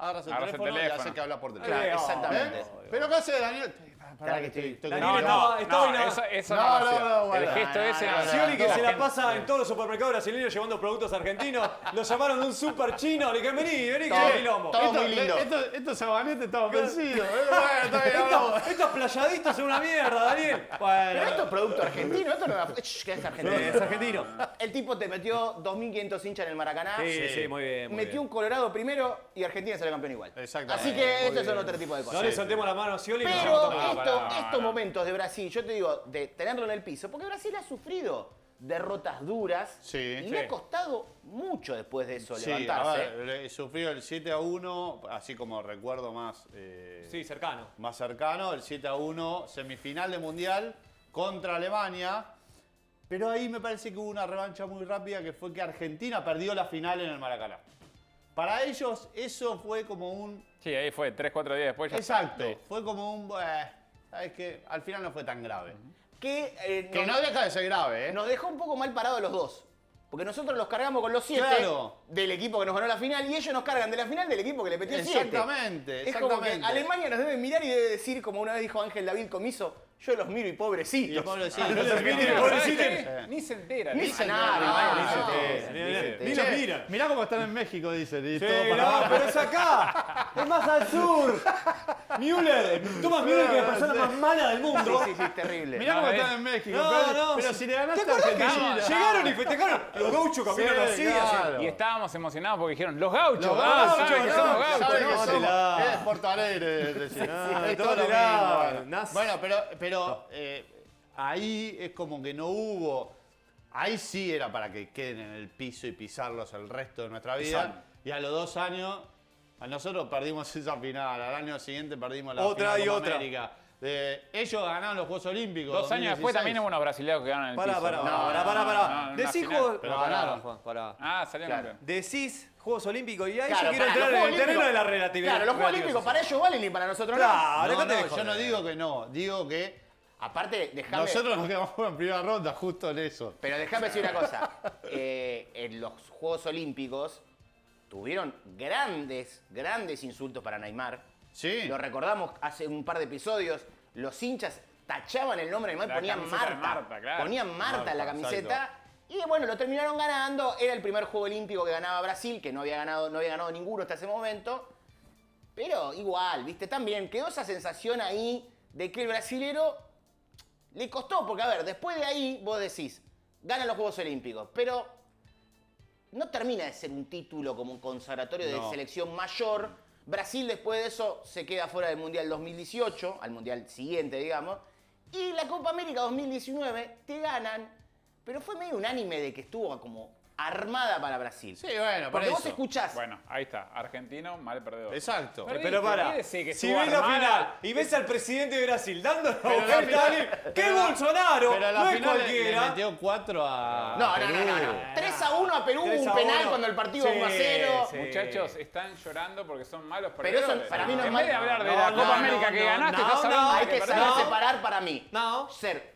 Speaker 4: Agarras el
Speaker 2: Agarras el
Speaker 4: teléfono, y
Speaker 2: teléfono.
Speaker 4: haces que habla por teléfono.
Speaker 1: Claro,
Speaker 3: Eh,
Speaker 1: exactamente.
Speaker 3: obvio.
Speaker 4: ¿Pero qué haces, Daniel? Pará,
Speaker 1: Pará que estoy-
Speaker 4: con
Speaker 3: Daniel,
Speaker 4: quilombo.
Speaker 3: no, estoy, no.
Speaker 2: Ah, eso, eso
Speaker 4: No,
Speaker 2: no,
Speaker 4: no,
Speaker 2: nació.
Speaker 4: no, bueno.
Speaker 2: El gesto
Speaker 1: No,
Speaker 2: ese
Speaker 1: no,
Speaker 2: no,
Speaker 1: no,
Speaker 2: nació.
Speaker 3: eh, Scioli que
Speaker 2: La
Speaker 3: se la
Speaker 2: gente-
Speaker 3: pasa en todos los supermercados brasileños llevando productos argentinos. Lo llamaron de un super chino. Le dije, vení, vení, que
Speaker 1: Todo-
Speaker 3: hay quilombo.
Speaker 1: todo-
Speaker 4: Esto-
Speaker 1: muy lindo.
Speaker 4: Esto, esto sabanete estaba ofensivo. Eh, bueno, está bien, vamos.
Speaker 3: Estos, estos playaditos son una mierda, Daniel. Bueno,
Speaker 1: Pero esto es producto argentino, esto no era- Shh, que es
Speaker 3: eh, es
Speaker 1: argentino.
Speaker 3: argentino.
Speaker 1: El tipo te metió 2.500 hinchas en el Maracaná.
Speaker 3: Sí, sí, muy bien. muy
Speaker 1: metió
Speaker 3: bien.
Speaker 1: un Colorado primero y Argentina salió campeón igual.
Speaker 4: Exactamente.
Speaker 1: Así que
Speaker 3: Muy
Speaker 1: estos son
Speaker 3: bien.
Speaker 1: otro tipo de cosas.
Speaker 3: No le soltemos la mano a Scioli. que
Speaker 1: Pero
Speaker 3: nos vamos a tomar.
Speaker 1: esto-
Speaker 2: pará, pará.
Speaker 1: estos momentos de Brasil, yo te digo, de tenerlo en el piso, porque Brasil ha sufrido derrotas duras
Speaker 4: Sí.
Speaker 1: y
Speaker 4: Sí.
Speaker 1: le ha costado mucho después de eso
Speaker 4: Sí, a
Speaker 1: levantarse.
Speaker 4: ver, le- sufrió el 7 a 1, así como recuerdo más, eh,
Speaker 3: Sí, cercano.
Speaker 4: más cercano, el 7 a 1 semifinal de Mundial contra Alemania. Pero ahí me parece que hubo una revancha muy rápida que fue que Argentina perdió la final en el Maracaná. Para ellos eso fue como un...
Speaker 2: Sí, ahí fue 3, 4 días después. ya está.
Speaker 4: Exacto,
Speaker 2: Sí.
Speaker 4: fue como un... eh, sabes que al final no fue tan grave.
Speaker 1: Que, eh,
Speaker 4: Que
Speaker 1: nos-
Speaker 4: no deja de ser grave, ¿eh?
Speaker 1: nos dejó un poco mal parados los dos. Porque nosotros los cargamos con los siete
Speaker 4: Claro.
Speaker 1: del equipo que nos ganó la final y ellos nos cargan de la final del equipo que le metió siete.
Speaker 4: Exactamente,
Speaker 1: Es como que
Speaker 4: exactamente.
Speaker 1: Alemania nos debe mirar y debe decir, como una vez dijo Ángel David Comiso, yo los miro y pobrecitos.
Speaker 4: Y pobrecitos.
Speaker 1: Los
Speaker 4: Pero
Speaker 1: miro y
Speaker 4: mira,
Speaker 2: ¿Sabes
Speaker 1: pobrecitos.
Speaker 2: qué? Ni se entera.
Speaker 1: Ni
Speaker 2: tío.
Speaker 1: se
Speaker 2: Ah,
Speaker 1: entera,
Speaker 2: no,
Speaker 1: ni se
Speaker 2: no,
Speaker 1: entera.
Speaker 2: ni
Speaker 1: Ni
Speaker 2: se
Speaker 1: se
Speaker 2: entera.
Speaker 1: entera.
Speaker 4: Che,
Speaker 3: miran.
Speaker 4: Mirá cómo están en México, dicen. Y
Speaker 3: Sí,
Speaker 4: todo para
Speaker 3: no,
Speaker 4: abajo.
Speaker 3: pero es acá. Es más al sur. Müller. Thomas Müller que es la persona más mala del mundo.
Speaker 1: Sí, sí, sí, terrible.
Speaker 4: Mirá
Speaker 2: No,
Speaker 4: cómo
Speaker 2: eh.
Speaker 4: están en México.
Speaker 3: No,
Speaker 4: pero,
Speaker 3: no,
Speaker 4: pero
Speaker 3: sí.
Speaker 4: si le
Speaker 3: ¿Te
Speaker 4: ganaste a
Speaker 3: acordás que
Speaker 4: Argentina.
Speaker 3: lleg- llegaron y festejaron? Los gauchos caminaron
Speaker 4: Sí,
Speaker 3: así.
Speaker 4: claro.
Speaker 2: Y este estábamos emocionados porque dijeron, los gauchos,
Speaker 4: Los
Speaker 2: ah,
Speaker 4: gauchos,
Speaker 2: saben que
Speaker 4: no,
Speaker 2: somos
Speaker 4: saben
Speaker 2: gauchos.
Speaker 4: que
Speaker 2: ¿no?
Speaker 4: somos-
Speaker 3: Tómela.
Speaker 4: Es Porto Alegre, es decir.
Speaker 3: sí,
Speaker 4: es todo lo
Speaker 3: tómela,
Speaker 4: mismo. Bueno,
Speaker 3: nazi.
Speaker 4: Bueno, pero, pero eh, ahí es como que no hubo. Ahí sí era para que queden en el piso y pisarlos el resto de nuestra vida.
Speaker 2: Pisar.
Speaker 4: Y a los dos años, a nosotros perdimos esa final. Al año siguiente perdimos la
Speaker 3: Otra
Speaker 4: final
Speaker 3: y
Speaker 4: Copa
Speaker 3: otra.
Speaker 4: América. Eh, ellos ganaron los Juegos Olímpicos.
Speaker 2: Dos años después
Speaker 4: 2016.
Speaker 2: también hubo unos brasileños que ganan el
Speaker 3: Pará,
Speaker 2: piso.
Speaker 3: pará,
Speaker 2: No,
Speaker 3: pará,
Speaker 2: no,
Speaker 3: pará,
Speaker 2: no,
Speaker 3: pará.
Speaker 2: no,
Speaker 3: Decís
Speaker 2: final.
Speaker 3: juegos.
Speaker 4: pero
Speaker 3: No, pará,
Speaker 4: ganaron.
Speaker 3: Juan, pará.
Speaker 2: Ah, salió
Speaker 1: Claro.
Speaker 2: campeón.
Speaker 3: Decís Juegos Olímpicos y ahí
Speaker 1: Claro,
Speaker 3: yo quiero
Speaker 1: pará,
Speaker 3: entrar
Speaker 1: los
Speaker 3: en el
Speaker 1: Juegos
Speaker 3: terreno de la
Speaker 1: Olímpicos-
Speaker 3: relatividad.
Speaker 1: Claro, los Juegos Olímpicos para ellos valen y para nosotros no.
Speaker 3: Claro,
Speaker 4: No,
Speaker 3: dejate de
Speaker 4: no, yo
Speaker 3: joder.
Speaker 4: no digo que no. Digo que
Speaker 1: Aparte, dejame...
Speaker 4: eh. nosotros nos quedamos en primera ronda justo en eso.
Speaker 1: Pero déjame decir una cosa. Eh, en los Juegos Olímpicos tuvieron grandes, grandes insultos para Neymar.
Speaker 4: Sí.
Speaker 1: Lo recordamos hace un par de episodios. Los hinchas tachaban el nombre de Neymar,
Speaker 2: La
Speaker 1: ponían
Speaker 2: camiseta de
Speaker 1: Marta.
Speaker 2: Marta, claro.
Speaker 1: Ponían Marta, en la
Speaker 4: Marta,
Speaker 1: camiseta. Y bueno, lo terminaron ganando. Era el primer Juego Olímpico que ganaba Brasil, que no había ganado, no había ganado ninguno hasta ese momento. Pero igual, ¿viste? También quedó esa sensación ahí de que el brasilero le costó, porque a ver, después de ahí vos decís, ganan los Juegos Olímpicos, pero no termina de ser un título como un consagratorio de
Speaker 4: No.
Speaker 1: selección mayor. Brasil después de eso se queda fuera del Mundial 2018, al Mundial siguiente, digamos. Y la Copa América 2019 te ganan, pero fue medio unánime de que estuvo como armada para Brasil.
Speaker 4: Sí, bueno, por
Speaker 1: Porque vos
Speaker 4: eso.
Speaker 1: escuchás,
Speaker 2: Bueno, ahí está. Argentino, mal perdedor.
Speaker 4: Exacto.
Speaker 2: Pero-
Speaker 3: Pero
Speaker 2: ¿Qué
Speaker 3: para,
Speaker 2: decís que
Speaker 3: si
Speaker 2: estuvo
Speaker 3: ves la
Speaker 2: armada?
Speaker 3: final y ves al presidente de Brasil dando la
Speaker 4: Pero la
Speaker 3: oferta a
Speaker 4: final-
Speaker 3: alguien, ¡que
Speaker 4: pero la-
Speaker 3: Bolsonaro!
Speaker 4: Pero a la
Speaker 3: no es
Speaker 4: final le- le
Speaker 3: cualquiera.
Speaker 4: metió 4 a.
Speaker 1: No, no,
Speaker 4: Perú.
Speaker 1: no, no, no. 3 a 1 a Perú,
Speaker 3: Tres
Speaker 1: un
Speaker 3: a
Speaker 1: penal
Speaker 3: uno.
Speaker 1: cuando el partido
Speaker 3: Sí,
Speaker 1: va 1 a 0.
Speaker 3: sí.
Speaker 2: Muchachos, están llorando porque son malos
Speaker 1: Pero eso
Speaker 2: perdedores.
Speaker 1: para mí no es
Speaker 2: En
Speaker 1: mal-
Speaker 2: vez de hablar de
Speaker 3: no,
Speaker 2: la
Speaker 3: no,
Speaker 2: Copa
Speaker 3: no,
Speaker 2: América que
Speaker 3: no,
Speaker 2: ganaste,
Speaker 3: no,
Speaker 2: estás hablando
Speaker 3: no,
Speaker 2: de
Speaker 1: Hay
Speaker 3: que
Speaker 1: que saber
Speaker 2: perdiste.
Speaker 3: no.
Speaker 1: separar para mí.
Speaker 3: No.
Speaker 1: Ser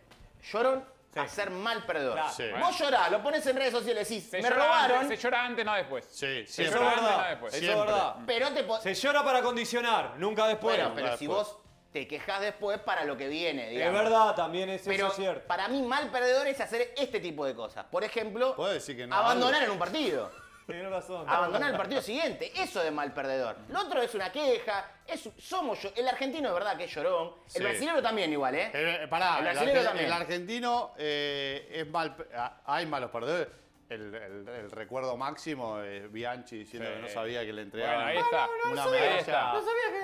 Speaker 1: llorón
Speaker 3: Sí.
Speaker 1: a ser mal perdedor.
Speaker 3: Claro.
Speaker 4: Sí.
Speaker 1: Vos llorás, lo pones en redes sociales y decís,
Speaker 2: Se
Speaker 1: me
Speaker 2: llora
Speaker 1: robaron,
Speaker 2: antes, se llora antes, no después.
Speaker 4: Sí,
Speaker 3: Eso es
Speaker 4: siempre.
Speaker 2: Pero-
Speaker 3: verdad,
Speaker 2: después.
Speaker 3: eso es
Speaker 4: Siempre.
Speaker 3: verdad.
Speaker 1: pero te po-
Speaker 3: Se llora para condicionar, nunca después.
Speaker 1: Bueno, pero
Speaker 4: nunca
Speaker 1: si
Speaker 4: después.
Speaker 1: vos te quejás después para lo que viene, digamos.
Speaker 3: Es verdad, también es,
Speaker 1: Pero
Speaker 3: eso es cierto.
Speaker 1: para mí mal perdedor es hacer este tipo de cosas. Por ejemplo,
Speaker 4: Puedo decir que no,
Speaker 1: abandonar
Speaker 4: algo.
Speaker 1: en un partido.
Speaker 3: Tienes razón.
Speaker 1: Abandonar el partido siguiente, eso es mal perdedor. Lo otro es una queja, es, somos yo- el argentino es verdad que es llorón, el
Speaker 4: Sí.
Speaker 1: brasileño también igual, ¿eh?
Speaker 4: Eh, eh, pará,
Speaker 1: El
Speaker 4: el,
Speaker 1: brasileño
Speaker 4: arge-
Speaker 1: también.
Speaker 4: el argentino eh, es mal. pe- ah, Hay malos perdedores. El, el- el recuerdo máximo es Bianchi diciendo
Speaker 2: Sí.
Speaker 4: que no sabía que le
Speaker 2: Bueno,
Speaker 4: entregaban
Speaker 2: ahí está.
Speaker 4: una,
Speaker 2: Ahí
Speaker 4: medalla,
Speaker 2: está.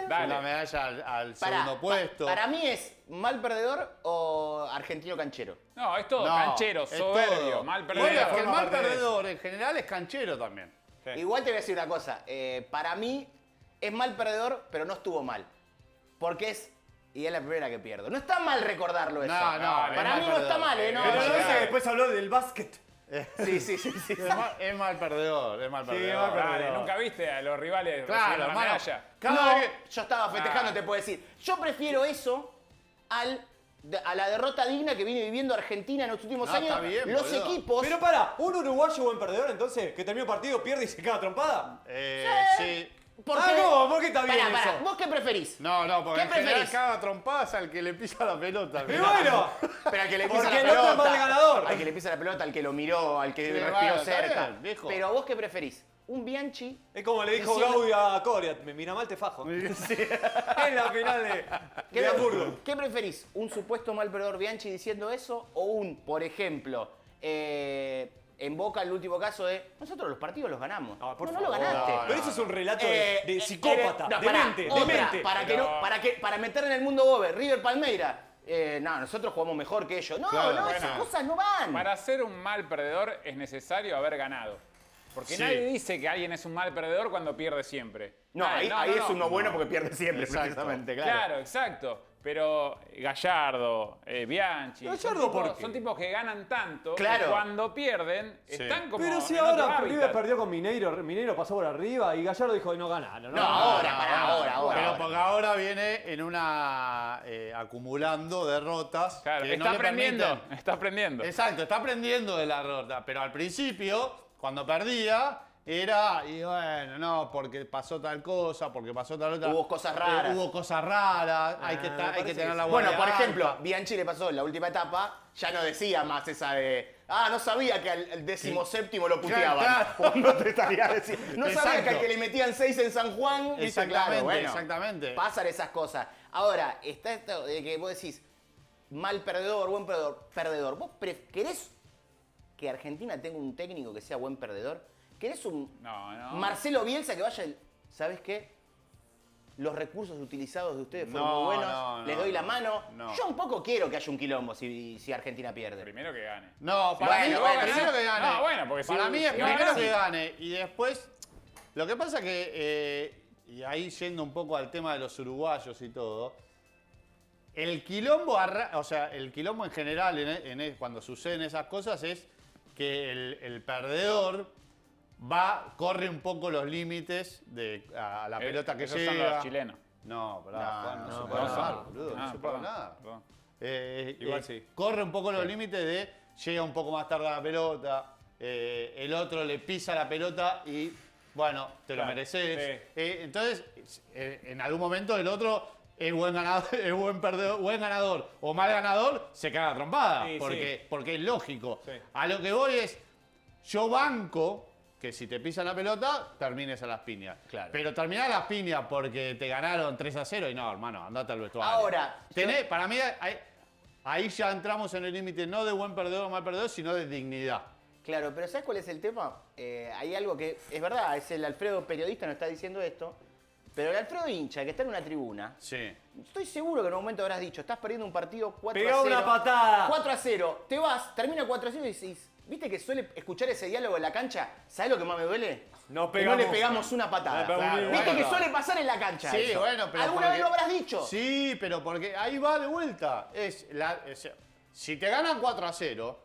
Speaker 4: una
Speaker 2: Dale.
Speaker 4: medalla al, al
Speaker 1: Pará,
Speaker 4: segundo
Speaker 1: pa-
Speaker 4: puesto.
Speaker 1: Para mí es mal perdedor o argentino canchero.
Speaker 2: No, es todo
Speaker 4: No,
Speaker 2: canchero,
Speaker 4: es
Speaker 2: soberbio,
Speaker 4: todo.
Speaker 2: mal
Speaker 4: Bueno, es que
Speaker 2: perdedor.
Speaker 4: el mal perdedor en general es canchero también.
Speaker 3: Sí.
Speaker 1: Igual te voy a decir una cosa, eh, para mí es mal perdedor, pero no estuvo mal. Porque es, y es la primera que pierdo. No está mal recordarlo eso.
Speaker 4: No, no,
Speaker 2: es
Speaker 1: para
Speaker 4: mal
Speaker 1: mí no está
Speaker 4: perdedor.
Speaker 1: mal, ¿eh? No,
Speaker 3: Pero
Speaker 1: no,
Speaker 3: no
Speaker 1: no.
Speaker 3: es que después habló del básquet.
Speaker 1: Sí, sí, sí. sí.
Speaker 4: Es mal, es mal perdedor, es mal
Speaker 3: Sí, es
Speaker 4: perdedor.
Speaker 3: mal perdedor.
Speaker 2: Dale, nunca viste a los rivales
Speaker 4: Claro,
Speaker 2: recibiendo la
Speaker 4: hermano.
Speaker 2: medalla.
Speaker 4: Cada
Speaker 1: no,
Speaker 4: vez que-
Speaker 1: yo estaba
Speaker 4: Ah.
Speaker 1: festejando, te puedo decir. Yo prefiero eso al, de- a la derrota digna que viene viviendo Argentina en los últimos
Speaker 4: No,
Speaker 1: años.
Speaker 4: está bien,
Speaker 1: los
Speaker 4: boludo.
Speaker 1: equipos.
Speaker 3: Pero para, ¿un uruguayo buen perdedor entonces? ¿Que terminó partido, pierde y se queda trompada?
Speaker 4: Eh, sí.
Speaker 1: ¿por
Speaker 3: Ah,
Speaker 1: qué?
Speaker 3: ¿cómo? ¿Por qué está bien
Speaker 1: Pará, pará,
Speaker 3: eso?
Speaker 1: ¿Vos qué preferís?
Speaker 4: No, no, porque
Speaker 1: ¿Qué
Speaker 4: en general
Speaker 1: preferís?
Speaker 4: cada trompada es al que le pisa la pelota.
Speaker 3: Y
Speaker 4: mirá.
Speaker 3: bueno,
Speaker 1: Pero al que le pisa
Speaker 3: Porque
Speaker 1: la
Speaker 3: el otro
Speaker 1: pelota.
Speaker 3: es más de ganador.
Speaker 1: Al que le pisa la pelota, al que lo miró, al que
Speaker 4: Sí,
Speaker 1: respiró
Speaker 4: bueno, está
Speaker 1: cerca.
Speaker 4: bien, viejo.
Speaker 1: Pero vos qué preferís? ¿Un Bianchi?
Speaker 3: es como le dijo
Speaker 1: Y si no-
Speaker 3: Gaudi a Coria, me mira mal te fajo. En la final de,
Speaker 1: ¿Qué, pre-
Speaker 3: de Hamburgo.
Speaker 1: qué preferís? ¿Un supuesto mal perdedor Bianchi diciendo eso? ¿O un, por ejemplo, eh, en Boca el último caso de nosotros los partidos los ganamos?
Speaker 3: Ah, por
Speaker 1: no, no lo
Speaker 3: favor.
Speaker 1: ganaste.
Speaker 4: No, no.
Speaker 3: Pero eso es un relato
Speaker 1: Eh,
Speaker 3: de, de
Speaker 1: eh,
Speaker 3: psicópata,
Speaker 1: eh, no, pará,
Speaker 3: demente,
Speaker 1: otra,
Speaker 3: demente.
Speaker 1: Para, que no, para, que, para meter en el mundo Bobe, River Palmeira. Eh, no, nosotros jugamos mejor que ellos. No,
Speaker 4: Claro,
Speaker 1: no,
Speaker 4: bueno.
Speaker 1: esas cosas no van.
Speaker 2: Para ser un mal perdedor es necesario haber ganado. Porque
Speaker 4: Sí.
Speaker 2: nadie dice que alguien es un mal perdedor cuando pierde siempre.
Speaker 1: No,
Speaker 2: Nadie,
Speaker 1: ahí, ahí es
Speaker 2: no.
Speaker 1: uno bueno porque pierde siempre,
Speaker 4: Exacto.
Speaker 1: precisamente,
Speaker 2: Claro.
Speaker 1: claro.
Speaker 2: exacto. Pero eh, Gallardo, eh, Bianchi. son
Speaker 3: Gallardo, ¿por
Speaker 2: tipos-
Speaker 3: qué?
Speaker 2: Son tipos que ganan tanto. que
Speaker 1: Claro.
Speaker 2: cuando pierden,
Speaker 4: Sí.
Speaker 2: están como.
Speaker 3: Pero si
Speaker 2: en otro
Speaker 3: ahora
Speaker 2: hábitat.
Speaker 3: River perdió con Mineiro, Mineiro pasó por arriba y Gallardo dijo, no ganaron.
Speaker 1: No,
Speaker 3: ganaron".
Speaker 1: ahora, para ahora, ahora.
Speaker 4: Pero
Speaker 1: ahora.
Speaker 4: porque ahora viene en una eh, acumulando derrotas.
Speaker 2: Claro,
Speaker 4: que
Speaker 2: está
Speaker 4: no le
Speaker 2: aprendiendo.
Speaker 4: permiten-
Speaker 2: Está aprendiendo.
Speaker 4: Exacto, está aprendiendo de la derrota. Pero al principio, cuando perdía, era, y bueno, no, porque pasó tal cosa, porque pasó tal otra.
Speaker 1: Hubo cosas raras.
Speaker 4: Eh, hubo cosas raras, hay,
Speaker 3: Ah,
Speaker 4: que, estar-
Speaker 3: me
Speaker 4: hay que
Speaker 3: parece
Speaker 4: tener
Speaker 3: que
Speaker 4: la
Speaker 3: sí.
Speaker 4: guardia
Speaker 1: Bueno,
Speaker 4: Ah,
Speaker 1: por
Speaker 4: alta.
Speaker 1: ejemplo, Bianchi le pasó en la última etapa, ya no decía más esa de. Ah, no sabía que al al décimo séptimo lo puteaban.
Speaker 4: Claro,
Speaker 1: Cuando te estaría diciendo. No sabía
Speaker 4: Exacto.
Speaker 1: que al que le metían seis en San Juan. dice,
Speaker 4: Exactamente,
Speaker 1: claro, bueno,
Speaker 4: exactamente.
Speaker 1: Pasan esas cosas. Ahora, está esto de que vos decís, mal perdedor, buen perdedor. perdedor. ¿Vos pre- querés que Argentina tenga un técnico que sea buen perdedor? ¿Querés un
Speaker 2: No, no.
Speaker 1: Marcelo Bielsa que vaya el. ¿Sabes qué? Los recursos utilizados de ustedes fueron
Speaker 4: No,
Speaker 1: muy buenos.
Speaker 4: no, no,
Speaker 1: les doy la
Speaker 4: no,
Speaker 1: mano.
Speaker 4: no.
Speaker 1: Yo un poco quiero que haya un quilombo si, si Argentina pierde.
Speaker 2: Primero que gane.
Speaker 4: No, para
Speaker 1: Bueno,
Speaker 4: mí es
Speaker 1: bueno,
Speaker 4: primero
Speaker 2: sí.
Speaker 4: que gane.
Speaker 2: No, bueno, porque si-
Speaker 4: para mí es
Speaker 2: si
Speaker 4: primero
Speaker 2: ganas-
Speaker 4: que gane. Y después, lo que pasa que, eh, y ahí yendo un poco al tema de los uruguayos y todo, el quilombo, arra- o sea, el quilombo en general, en- en- cuando suceden esas cosas, es que el, el perdedor va, corre un poco los límites de, a, a la
Speaker 2: Eh,
Speaker 4: pelota que
Speaker 2: esos
Speaker 4: llega.
Speaker 2: son los chilenos.
Speaker 4: No, pará, Juan, no,
Speaker 1: no,
Speaker 4: se
Speaker 1: no,
Speaker 4: puede
Speaker 1: no,
Speaker 4: hablar,
Speaker 1: no.
Speaker 4: boludo, no
Speaker 2: Ah,
Speaker 4: se puede
Speaker 2: perdón,
Speaker 4: hablar.
Speaker 2: perdón.
Speaker 4: Eh,
Speaker 3: Igual
Speaker 4: eh,
Speaker 3: sí.
Speaker 4: Corre un poco los límites de llega un poco más tarde a la pelota, eh, el otro le pisa la pelota y bueno, te lo
Speaker 2: Claro,
Speaker 4: mereces.
Speaker 2: sí.
Speaker 4: Eh, entonces, eh, en algún momento el otro es buen ganador, es buen perdedor, buen ganador o mal ganador, se caga a trompada.
Speaker 3: Sí,
Speaker 4: porque, porque es lógico.
Speaker 3: Sí.
Speaker 4: A lo que voy es. Yo banco que si te pisan la pelota, termines a las piñas.
Speaker 1: Claro.
Speaker 4: Pero terminar a las piñas porque te ganaron 3 a 0 y no, hermano, andate al vestuario.
Speaker 1: Ahora,
Speaker 4: Tenés- para mí ahí, ahí ya entramos en el límite no de buen perdedor o mal perdedor, sino de dignidad.
Speaker 1: Claro, pero ¿sabes cuál es el tema? Eh, hay algo que es verdad, es el Alfredo periodista nos está diciendo esto, pero el Alfredo hincha que está en una tribuna,
Speaker 4: Sí.
Speaker 1: estoy seguro que en un momento habrás dicho, estás perdiendo un partido 4
Speaker 3: Pegá
Speaker 1: a 0.
Speaker 3: una patada.
Speaker 1: 4 a 0, te vas, termina 4 a 0 y decís, ¿viste que suele escuchar ese diálogo en la cancha? ¿Sabes lo que más me duele?
Speaker 3: No
Speaker 1: que no le
Speaker 3: pegamos.
Speaker 1: pegamos una patada.
Speaker 3: No le pegamos
Speaker 1: Claro,
Speaker 4: ni
Speaker 1: Viste
Speaker 4: una.
Speaker 1: que suele pasar en la cancha.
Speaker 4: Sí,
Speaker 1: eso.
Speaker 4: bueno, pero.
Speaker 1: ¿Alguna vez
Speaker 4: porque-
Speaker 1: lo habrás dicho?
Speaker 4: Sí, pero porque ahí va de vuelta. Es la, es- si te ganan 4 a 0,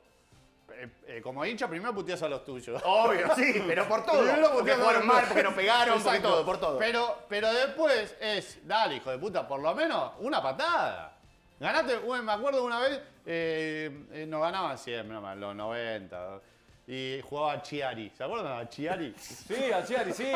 Speaker 4: eh, eh, como hincha, primero puteas a los tuyos.
Speaker 1: Obvio, sí, pero por todo.
Speaker 4: Primero puteas
Speaker 1: Porque
Speaker 4: a los
Speaker 1: jugaron mal,
Speaker 4: tuyos.
Speaker 1: porque nos pegaron, por
Speaker 4: Exacto.
Speaker 1: todo, por todo.
Speaker 4: Pero, pero después es, dale, hijo de puta, por lo menos una patada. Ganaste, bueno, me acuerdo una vez, eh, eh, nos ganaban siempre, nomás, los 90. Y jugaba Chiari. ¿Se acuerdan de Chiari?
Speaker 3: Sí, Achiari, sí.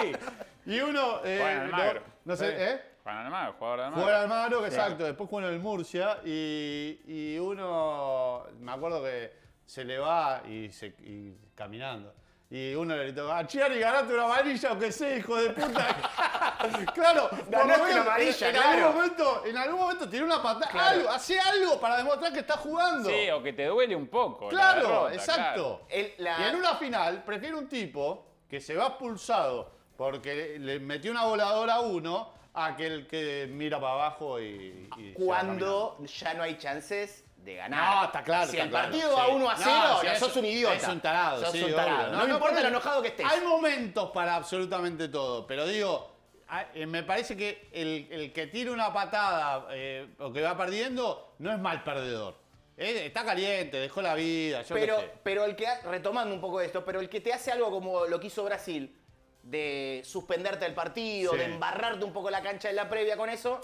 Speaker 4: Y uno. eh,
Speaker 2: Juan Almagro.
Speaker 4: No, no sé, ¿eh?
Speaker 2: Juan Almagro, jugador de Almagro.
Speaker 4: Jugó en Almagro, que
Speaker 2: Sí.
Speaker 4: exacto. Después jugó en el Murcia y, y uno, me acuerdo que se le va y, se, y caminando. Y uno le gritó, a Chiari, ganaste una amarilla, aunque sea, hijo de puta. claro, por lo
Speaker 1: Ganaste
Speaker 4: menos
Speaker 1: una amarilla,
Speaker 4: en
Speaker 1: claro.
Speaker 4: Algún momento, en algún momento tiene una patada,
Speaker 1: Claro.
Speaker 4: algo, hace algo para demostrar que está jugando.
Speaker 2: Sí, o que te duele un poco. la
Speaker 4: Claro,
Speaker 2: derrota,
Speaker 4: exacto.
Speaker 1: El- la-
Speaker 4: Y en una final, prefiere un tipo que se va expulsado porque le metió una voladora a uno a que el que mira para abajo y. y se va caminando.
Speaker 1: Cuando ya no hay chances de ganar.
Speaker 4: No, está claro,
Speaker 1: Si
Speaker 4: está
Speaker 1: el
Speaker 4: claro,
Speaker 1: partido
Speaker 4: sí.
Speaker 1: va 1 a
Speaker 4: No,
Speaker 1: 0,
Speaker 4: si
Speaker 1: ya
Speaker 4: es-
Speaker 1: sos un idiota.
Speaker 4: es un tarado,
Speaker 1: Sos
Speaker 4: sí,
Speaker 1: un tarado.
Speaker 4: obvio.
Speaker 1: No,
Speaker 4: No,
Speaker 1: me
Speaker 4: no,
Speaker 1: importa lo
Speaker 4: pero-
Speaker 1: enojado que estés.
Speaker 4: Hay momentos para absolutamente todo, pero digo. ah, eh, Me parece que el, el que tira una patada eh, o que va perdiendo no es mal perdedor. Eh, está caliente, dejó la vida, yo qué
Speaker 1: pero,
Speaker 4: sé.
Speaker 1: pero el que, ha- retomando un poco esto, pero el que te hace algo como lo que hizo Brasil, de suspenderte el partido,
Speaker 4: Sí.
Speaker 1: de embarrarte un poco la cancha en la previa con eso,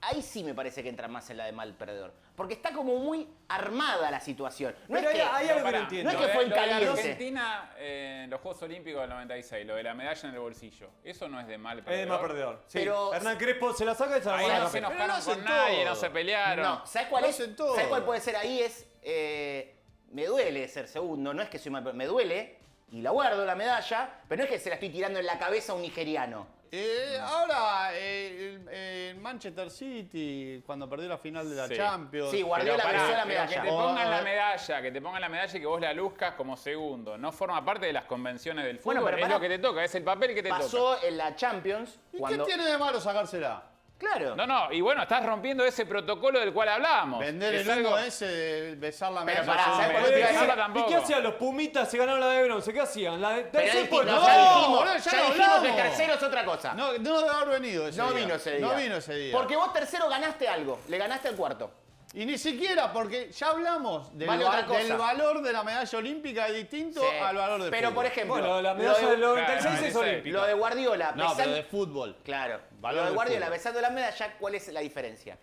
Speaker 1: ahí sí me parece que entra más en la de mal perdedor. Porque está como muy armada la situación. No
Speaker 3: Pero
Speaker 1: es
Speaker 3: hay-
Speaker 1: que,
Speaker 3: hay
Speaker 2: Pero
Speaker 3: algo que
Speaker 2: pará,
Speaker 3: no entiendo.
Speaker 1: No es que
Speaker 2: lo
Speaker 1: fue
Speaker 2: de-
Speaker 1: en
Speaker 2: lo de la
Speaker 1: caliente.
Speaker 2: Argentina eh, en los Juegos Olímpicos del 96, lo de la medalla en el bolsillo. Eso no es de mal
Speaker 3: Es
Speaker 2: perdedor.
Speaker 3: de más perdedor. Sí.
Speaker 1: Pero-
Speaker 3: Hernán Crespo se la saca y se la
Speaker 2: Ahí
Speaker 3: guarda
Speaker 2: no
Speaker 3: la
Speaker 2: se
Speaker 3: pelota.
Speaker 4: Pero lo
Speaker 2: enojaron
Speaker 4: hacen
Speaker 2: con nadie, no
Speaker 4: todo.
Speaker 2: se pelearon.
Speaker 1: No, ¿sabes cuál
Speaker 4: Lo
Speaker 1: es?
Speaker 4: hacen todo.
Speaker 1: ¿Sabes cuál puede ser ahí? Es. eh, me duele ser segundo, no es que soy mal, me duele y la guardo la medalla, pero no es que se la estoy tirando en la cabeza a un nigeriano.
Speaker 4: Eh, Ahora, eh, el, eh, Manchester City, cuando perdió la final de la
Speaker 2: Sí.
Speaker 4: Champions.
Speaker 1: Sí,
Speaker 2: Pero
Speaker 1: Guardiola
Speaker 2: pará,
Speaker 1: mereció la
Speaker 2: pero
Speaker 1: medalla.
Speaker 2: Que te pongan la
Speaker 4: Oh.
Speaker 2: medalla, que te pongan la medalla y que vos la luzcas como segundo. No forma parte de las convenciones del fútbol.
Speaker 1: Bueno, pero
Speaker 2: es
Speaker 1: pará.
Speaker 2: lo que te toca, es el papel que te toca.
Speaker 1: Pasó en la Champions
Speaker 4: ¿Y
Speaker 1: cuando.
Speaker 4: qué tiene de malo sacársela?
Speaker 1: Claro.
Speaker 2: No, no, y bueno, estás rompiendo ese protocolo del cual hablábamos.
Speaker 4: Vender
Speaker 2: Es
Speaker 4: el humo
Speaker 2: algo-
Speaker 4: ese de besar la
Speaker 1: Pero
Speaker 4: mesa.
Speaker 1: pará,
Speaker 4: es un
Speaker 1: ¿sabés
Speaker 4: mes.
Speaker 1: por qué?
Speaker 3: Eh,
Speaker 2: Ahora
Speaker 3: ¿Y
Speaker 2: tampoco.
Speaker 3: qué hacían los Pumitas si ganaron la de bronce? ¿Qué hacían? La de
Speaker 1: Pero
Speaker 3: tercer
Speaker 1: dijimos-
Speaker 3: puesto.
Speaker 1: no, ya
Speaker 4: No,
Speaker 1: dijimos,
Speaker 4: boludo, ya
Speaker 1: ya
Speaker 4: lo
Speaker 1: dijimos que
Speaker 4: hablamos.
Speaker 1: tercero es otra cosa. No,
Speaker 4: No, no debe haber venido ese día.
Speaker 1: vino ese día.
Speaker 4: No vino ese día.
Speaker 1: Porque vos tercero ganaste algo. Le ganaste al cuarto.
Speaker 4: Y ni siquiera, porque ya hablamos del,
Speaker 1: Vale
Speaker 4: va-
Speaker 1: otra cosa.
Speaker 4: del valor de la medalla olímpica distinto
Speaker 1: Sí.
Speaker 4: al valor del
Speaker 1: Pero,
Speaker 4: fútbol.
Speaker 1: por ejemplo,
Speaker 3: Bueno, la
Speaker 1: lo
Speaker 3: medalla
Speaker 1: de-
Speaker 3: del 96 es
Speaker 2: Claro,
Speaker 3: olímpica.
Speaker 1: Lo de Guardiola,
Speaker 4: No, pero
Speaker 1: besan-
Speaker 4: de fútbol.
Speaker 1: Claro.
Speaker 4: Valor
Speaker 1: lo de
Speaker 4: del
Speaker 1: Guardiola,
Speaker 4: fútbol.
Speaker 1: besando la medalla, ¿cuál es la diferencia?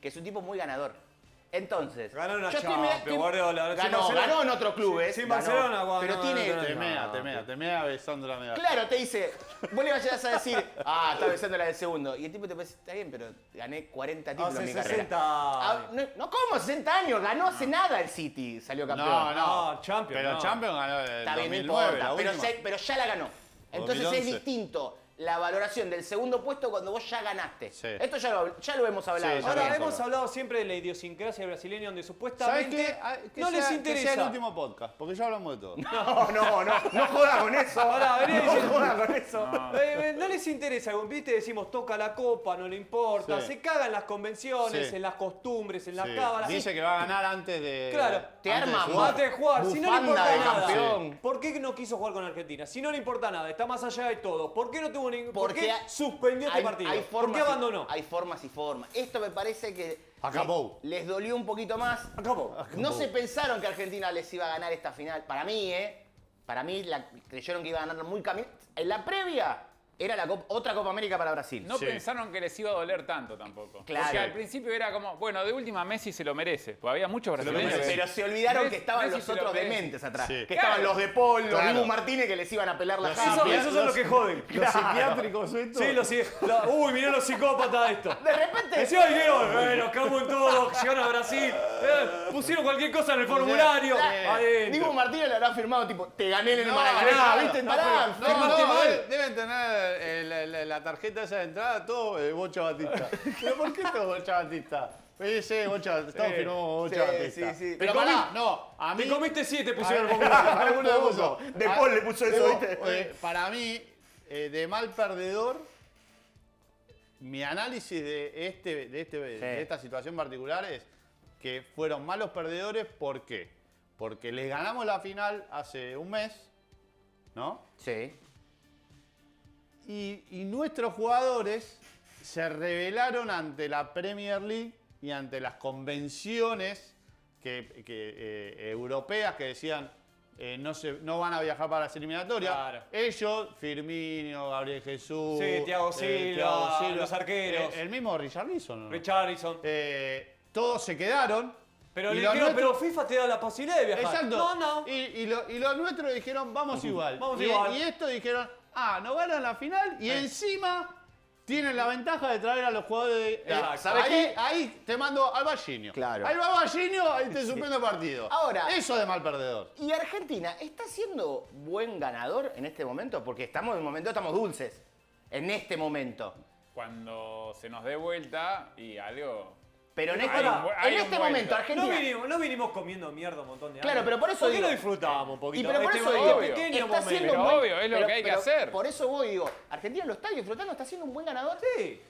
Speaker 1: Que es un tipo muy ganador. Entonces,
Speaker 3: Ganó una
Speaker 1: yo estoy
Speaker 3: Champions,
Speaker 1: meda- estoy-
Speaker 3: Guardiola. Sin
Speaker 1: ganó,
Speaker 3: Barcelona-
Speaker 1: ganó en otros clubes.
Speaker 3: sin
Speaker 1: ganó,
Speaker 3: Barcelona, Guardiola,
Speaker 1: Pero tiene. este
Speaker 3: no, no,
Speaker 4: Te
Speaker 3: no.
Speaker 4: mea, te mea, te mea besando la medalla.
Speaker 1: Claro, te dice, vos le vayas a decir, ah, está besando la del segundo. Y el tipo te parece, está bien, pero gané 40 títulos
Speaker 3: Hace
Speaker 1: en mi carrera.
Speaker 3: 60
Speaker 1: Ah, no, no, ¿cómo? 60 años, ganó hace nada el City, salió campeón.
Speaker 4: No, no.
Speaker 3: No, Champions,
Speaker 4: Pero
Speaker 3: no.
Speaker 4: Champions ganó el
Speaker 1: Está bien, no
Speaker 4: 2009,
Speaker 1: importa,
Speaker 4: la
Speaker 1: pero,
Speaker 4: última.
Speaker 1: se- pero ya la ganó. Entonces
Speaker 4: 2011.
Speaker 1: es distinto la valoración del segundo puesto cuando vos ya ganaste.
Speaker 4: Sí.
Speaker 1: Esto ya lo, ya lo hemos hablado.
Speaker 4: Sí, ya
Speaker 1: también.
Speaker 3: Ahora,
Speaker 4: Champions,
Speaker 3: hemos
Speaker 1: Solo.
Speaker 3: hablado siempre de la idiosincrasia brasileña, donde
Speaker 4: ¿Sabes
Speaker 3: supuestamente
Speaker 4: qué? Ah, que
Speaker 3: no
Speaker 4: sea-
Speaker 3: les
Speaker 4: Que sea el
Speaker 3: interesa.
Speaker 4: último podcast, porque ya hablamos de todo.
Speaker 1: No, no, no, no jodas con eso.
Speaker 3: Ahora, venía
Speaker 1: no
Speaker 3: diciendo-
Speaker 1: jodas con eso.
Speaker 3: Eh, eh, no les interesa, viste, decimos toca la copa, no le importa,
Speaker 4: Sí.
Speaker 3: se cagan las convenciones,
Speaker 4: Sí.
Speaker 3: en las costumbres, en las
Speaker 4: Sí.
Speaker 3: cábalas.
Speaker 4: Dice que va a ganar antes de.
Speaker 3: Claro,
Speaker 1: te
Speaker 4: antes de
Speaker 1: arma
Speaker 4: jugar.
Speaker 3: Mate de jugar, si no le
Speaker 1: Bufanda
Speaker 3: importa
Speaker 1: de
Speaker 3: nada.
Speaker 1: campeón.
Speaker 3: Sí. ¿Por qué no quiso jugar con Argentina? Si no le importa nada, está más allá de todo. ¿Por qué no tuvo ningún ¿Por
Speaker 1: Porque
Speaker 3: qué
Speaker 1: hay-
Speaker 3: suspendió este
Speaker 1: hay-
Speaker 3: partido?
Speaker 1: hay
Speaker 3: ¿Por
Speaker 1: formas
Speaker 3: qué
Speaker 1: y-
Speaker 3: abandonó?
Speaker 1: Hay formas y formas. Esto me parece que
Speaker 4: Acabó.
Speaker 1: le- les dolió un poquito más.
Speaker 3: Acabó.
Speaker 1: No se pensaron que Argentina les iba a ganar esta final. Para mí, ¿eh? Para mí la, creyeron que iba a ganar muy camino. En la previa era la cop- otra Copa América para Brasil.
Speaker 2: No
Speaker 4: Sí.
Speaker 2: pensaron que les iba a doler tanto tampoco.
Speaker 1: Claro.
Speaker 2: Porque al principio era como, bueno, de última Messi se lo merece. Porque había muchos
Speaker 4: lo
Speaker 2: brasileños.
Speaker 4: merece.
Speaker 2: que-
Speaker 1: Pero se olvidaron
Speaker 2: Messi-
Speaker 1: que estaban
Speaker 2: Messi
Speaker 1: los
Speaker 2: se lo
Speaker 1: otros
Speaker 2: merece.
Speaker 1: dementes atrás.
Speaker 4: Sí.
Speaker 1: Que estaban
Speaker 2: Claro.
Speaker 1: los de Paul, los
Speaker 4: Claro.
Speaker 1: Dibu Martínez que les iban a pelar la
Speaker 4: Los
Speaker 1: japa.
Speaker 3: Eso-
Speaker 4: psiquiatras-
Speaker 3: esos son los que joden.
Speaker 4: Los psiquiátricos, estos.
Speaker 3: Sí, los, la- uy, mirá los psicópatas esto.
Speaker 1: De repente.
Speaker 3: Decía el Diego, eh, nos cagamos en todo, llegaron a Brasil, eh, pusieron cualquier cosa en el formulario.
Speaker 1: la-
Speaker 3: adentro.
Speaker 1: Dibu Martínez le habrá firmado tipo, te gané en el
Speaker 4: No,
Speaker 1: Maracaná,
Speaker 4: claro.
Speaker 1: ¿viste?
Speaker 4: No,
Speaker 1: Pará,
Speaker 4: No,
Speaker 1: firmaste
Speaker 4: no,
Speaker 1: mal.
Speaker 4: deben- deben tener eh, la, la- la tarjeta esa de entrada, todo eh, Bocha Batista. ¿Pero por qué todo Bocha Batista? Sí, sí, Bocha Batista. Todos
Speaker 3: Sí.
Speaker 4: firmamos Bocha
Speaker 1: Sí,
Speaker 4: Batista.
Speaker 1: sí, sí.
Speaker 4: Pero
Speaker 1: Te comí-
Speaker 4: pará, no, a mí...
Speaker 3: Te comiste siete, pusieron el formulario. Ah,
Speaker 4: Alguno le puso.
Speaker 1: De Paul le puso eso,
Speaker 4: Digo,
Speaker 1: ¿viste?
Speaker 4: eh, para mí, eh, de mal perdedor, mi análisis de, este, de, este, de esta situación particular es que fueron malos perdedores, ¿por qué? Porque les ganamos la final hace un mes, ¿no?
Speaker 1: Sí.
Speaker 4: Y, y nuestros jugadores se rebelaron ante la Premier League y ante las convenciones que, que, eh, europeas que decían eh, no, se, no van a viajar para las eliminatorias.
Speaker 3: Claro.
Speaker 4: Ellos, Firmino, Gabriel Jesús,
Speaker 3: Sí, Thiago Silva, los arqueros.
Speaker 4: eh, el mismo Richarlison. ¿no?
Speaker 3: Richarlison.
Speaker 4: Eh, todos se quedaron.
Speaker 3: Pero
Speaker 4: y
Speaker 3: le
Speaker 4: los
Speaker 3: dijeron,
Speaker 4: nuestros-
Speaker 3: pero FIFA te da la posibilidad de viajar.
Speaker 4: Exacto.
Speaker 3: No, no.
Speaker 4: Y, y lo- y los nuestros dijeron, vamos igual.
Speaker 3: Vamos
Speaker 4: y,
Speaker 3: igual.
Speaker 4: y estos dijeron, ah, no ganan la final y encima tienen la ventaja de traer a los jugadores de.
Speaker 1: Claro,
Speaker 4: Eh,
Speaker 1: ¿sabes
Speaker 4: ahí,
Speaker 1: qué?
Speaker 4: ahí te mando al Vallinio.
Speaker 1: Claro.
Speaker 4: Ahí va Vallinio, ahí te suspende el partido.
Speaker 1: Ahora-
Speaker 4: Eso de mal perdedor.
Speaker 1: ¿Y Argentina está siendo buen ganador en este momento? Porque estamos en un momento, estamos dulces. En este momento.
Speaker 2: Cuando se nos dé vuelta y algo...
Speaker 1: Pero en este,
Speaker 2: Hay un
Speaker 1: en
Speaker 2: bu- hay un
Speaker 1: este
Speaker 2: buen-
Speaker 1: momento,
Speaker 3: No
Speaker 1: Argentina.
Speaker 3: vinimos, no vinimos comiendo mierda un montón de años.
Speaker 1: Claro, pero por eso
Speaker 3: ¿Por qué
Speaker 1: digo-
Speaker 3: no disfrutábamos un
Speaker 1: y
Speaker 3: poquito?
Speaker 1: pero por
Speaker 3: este
Speaker 1: eso
Speaker 2: buen-
Speaker 1: digo,
Speaker 2: obvio.
Speaker 1: está
Speaker 3: pequeño momento?
Speaker 1: siendo
Speaker 2: Pero
Speaker 1: un buen-
Speaker 2: obvio, es lo que hay que hacer.
Speaker 1: Por eso voy, digo, Argentina lo está disfrutando, está siendo un buen ganador.
Speaker 3: Sí.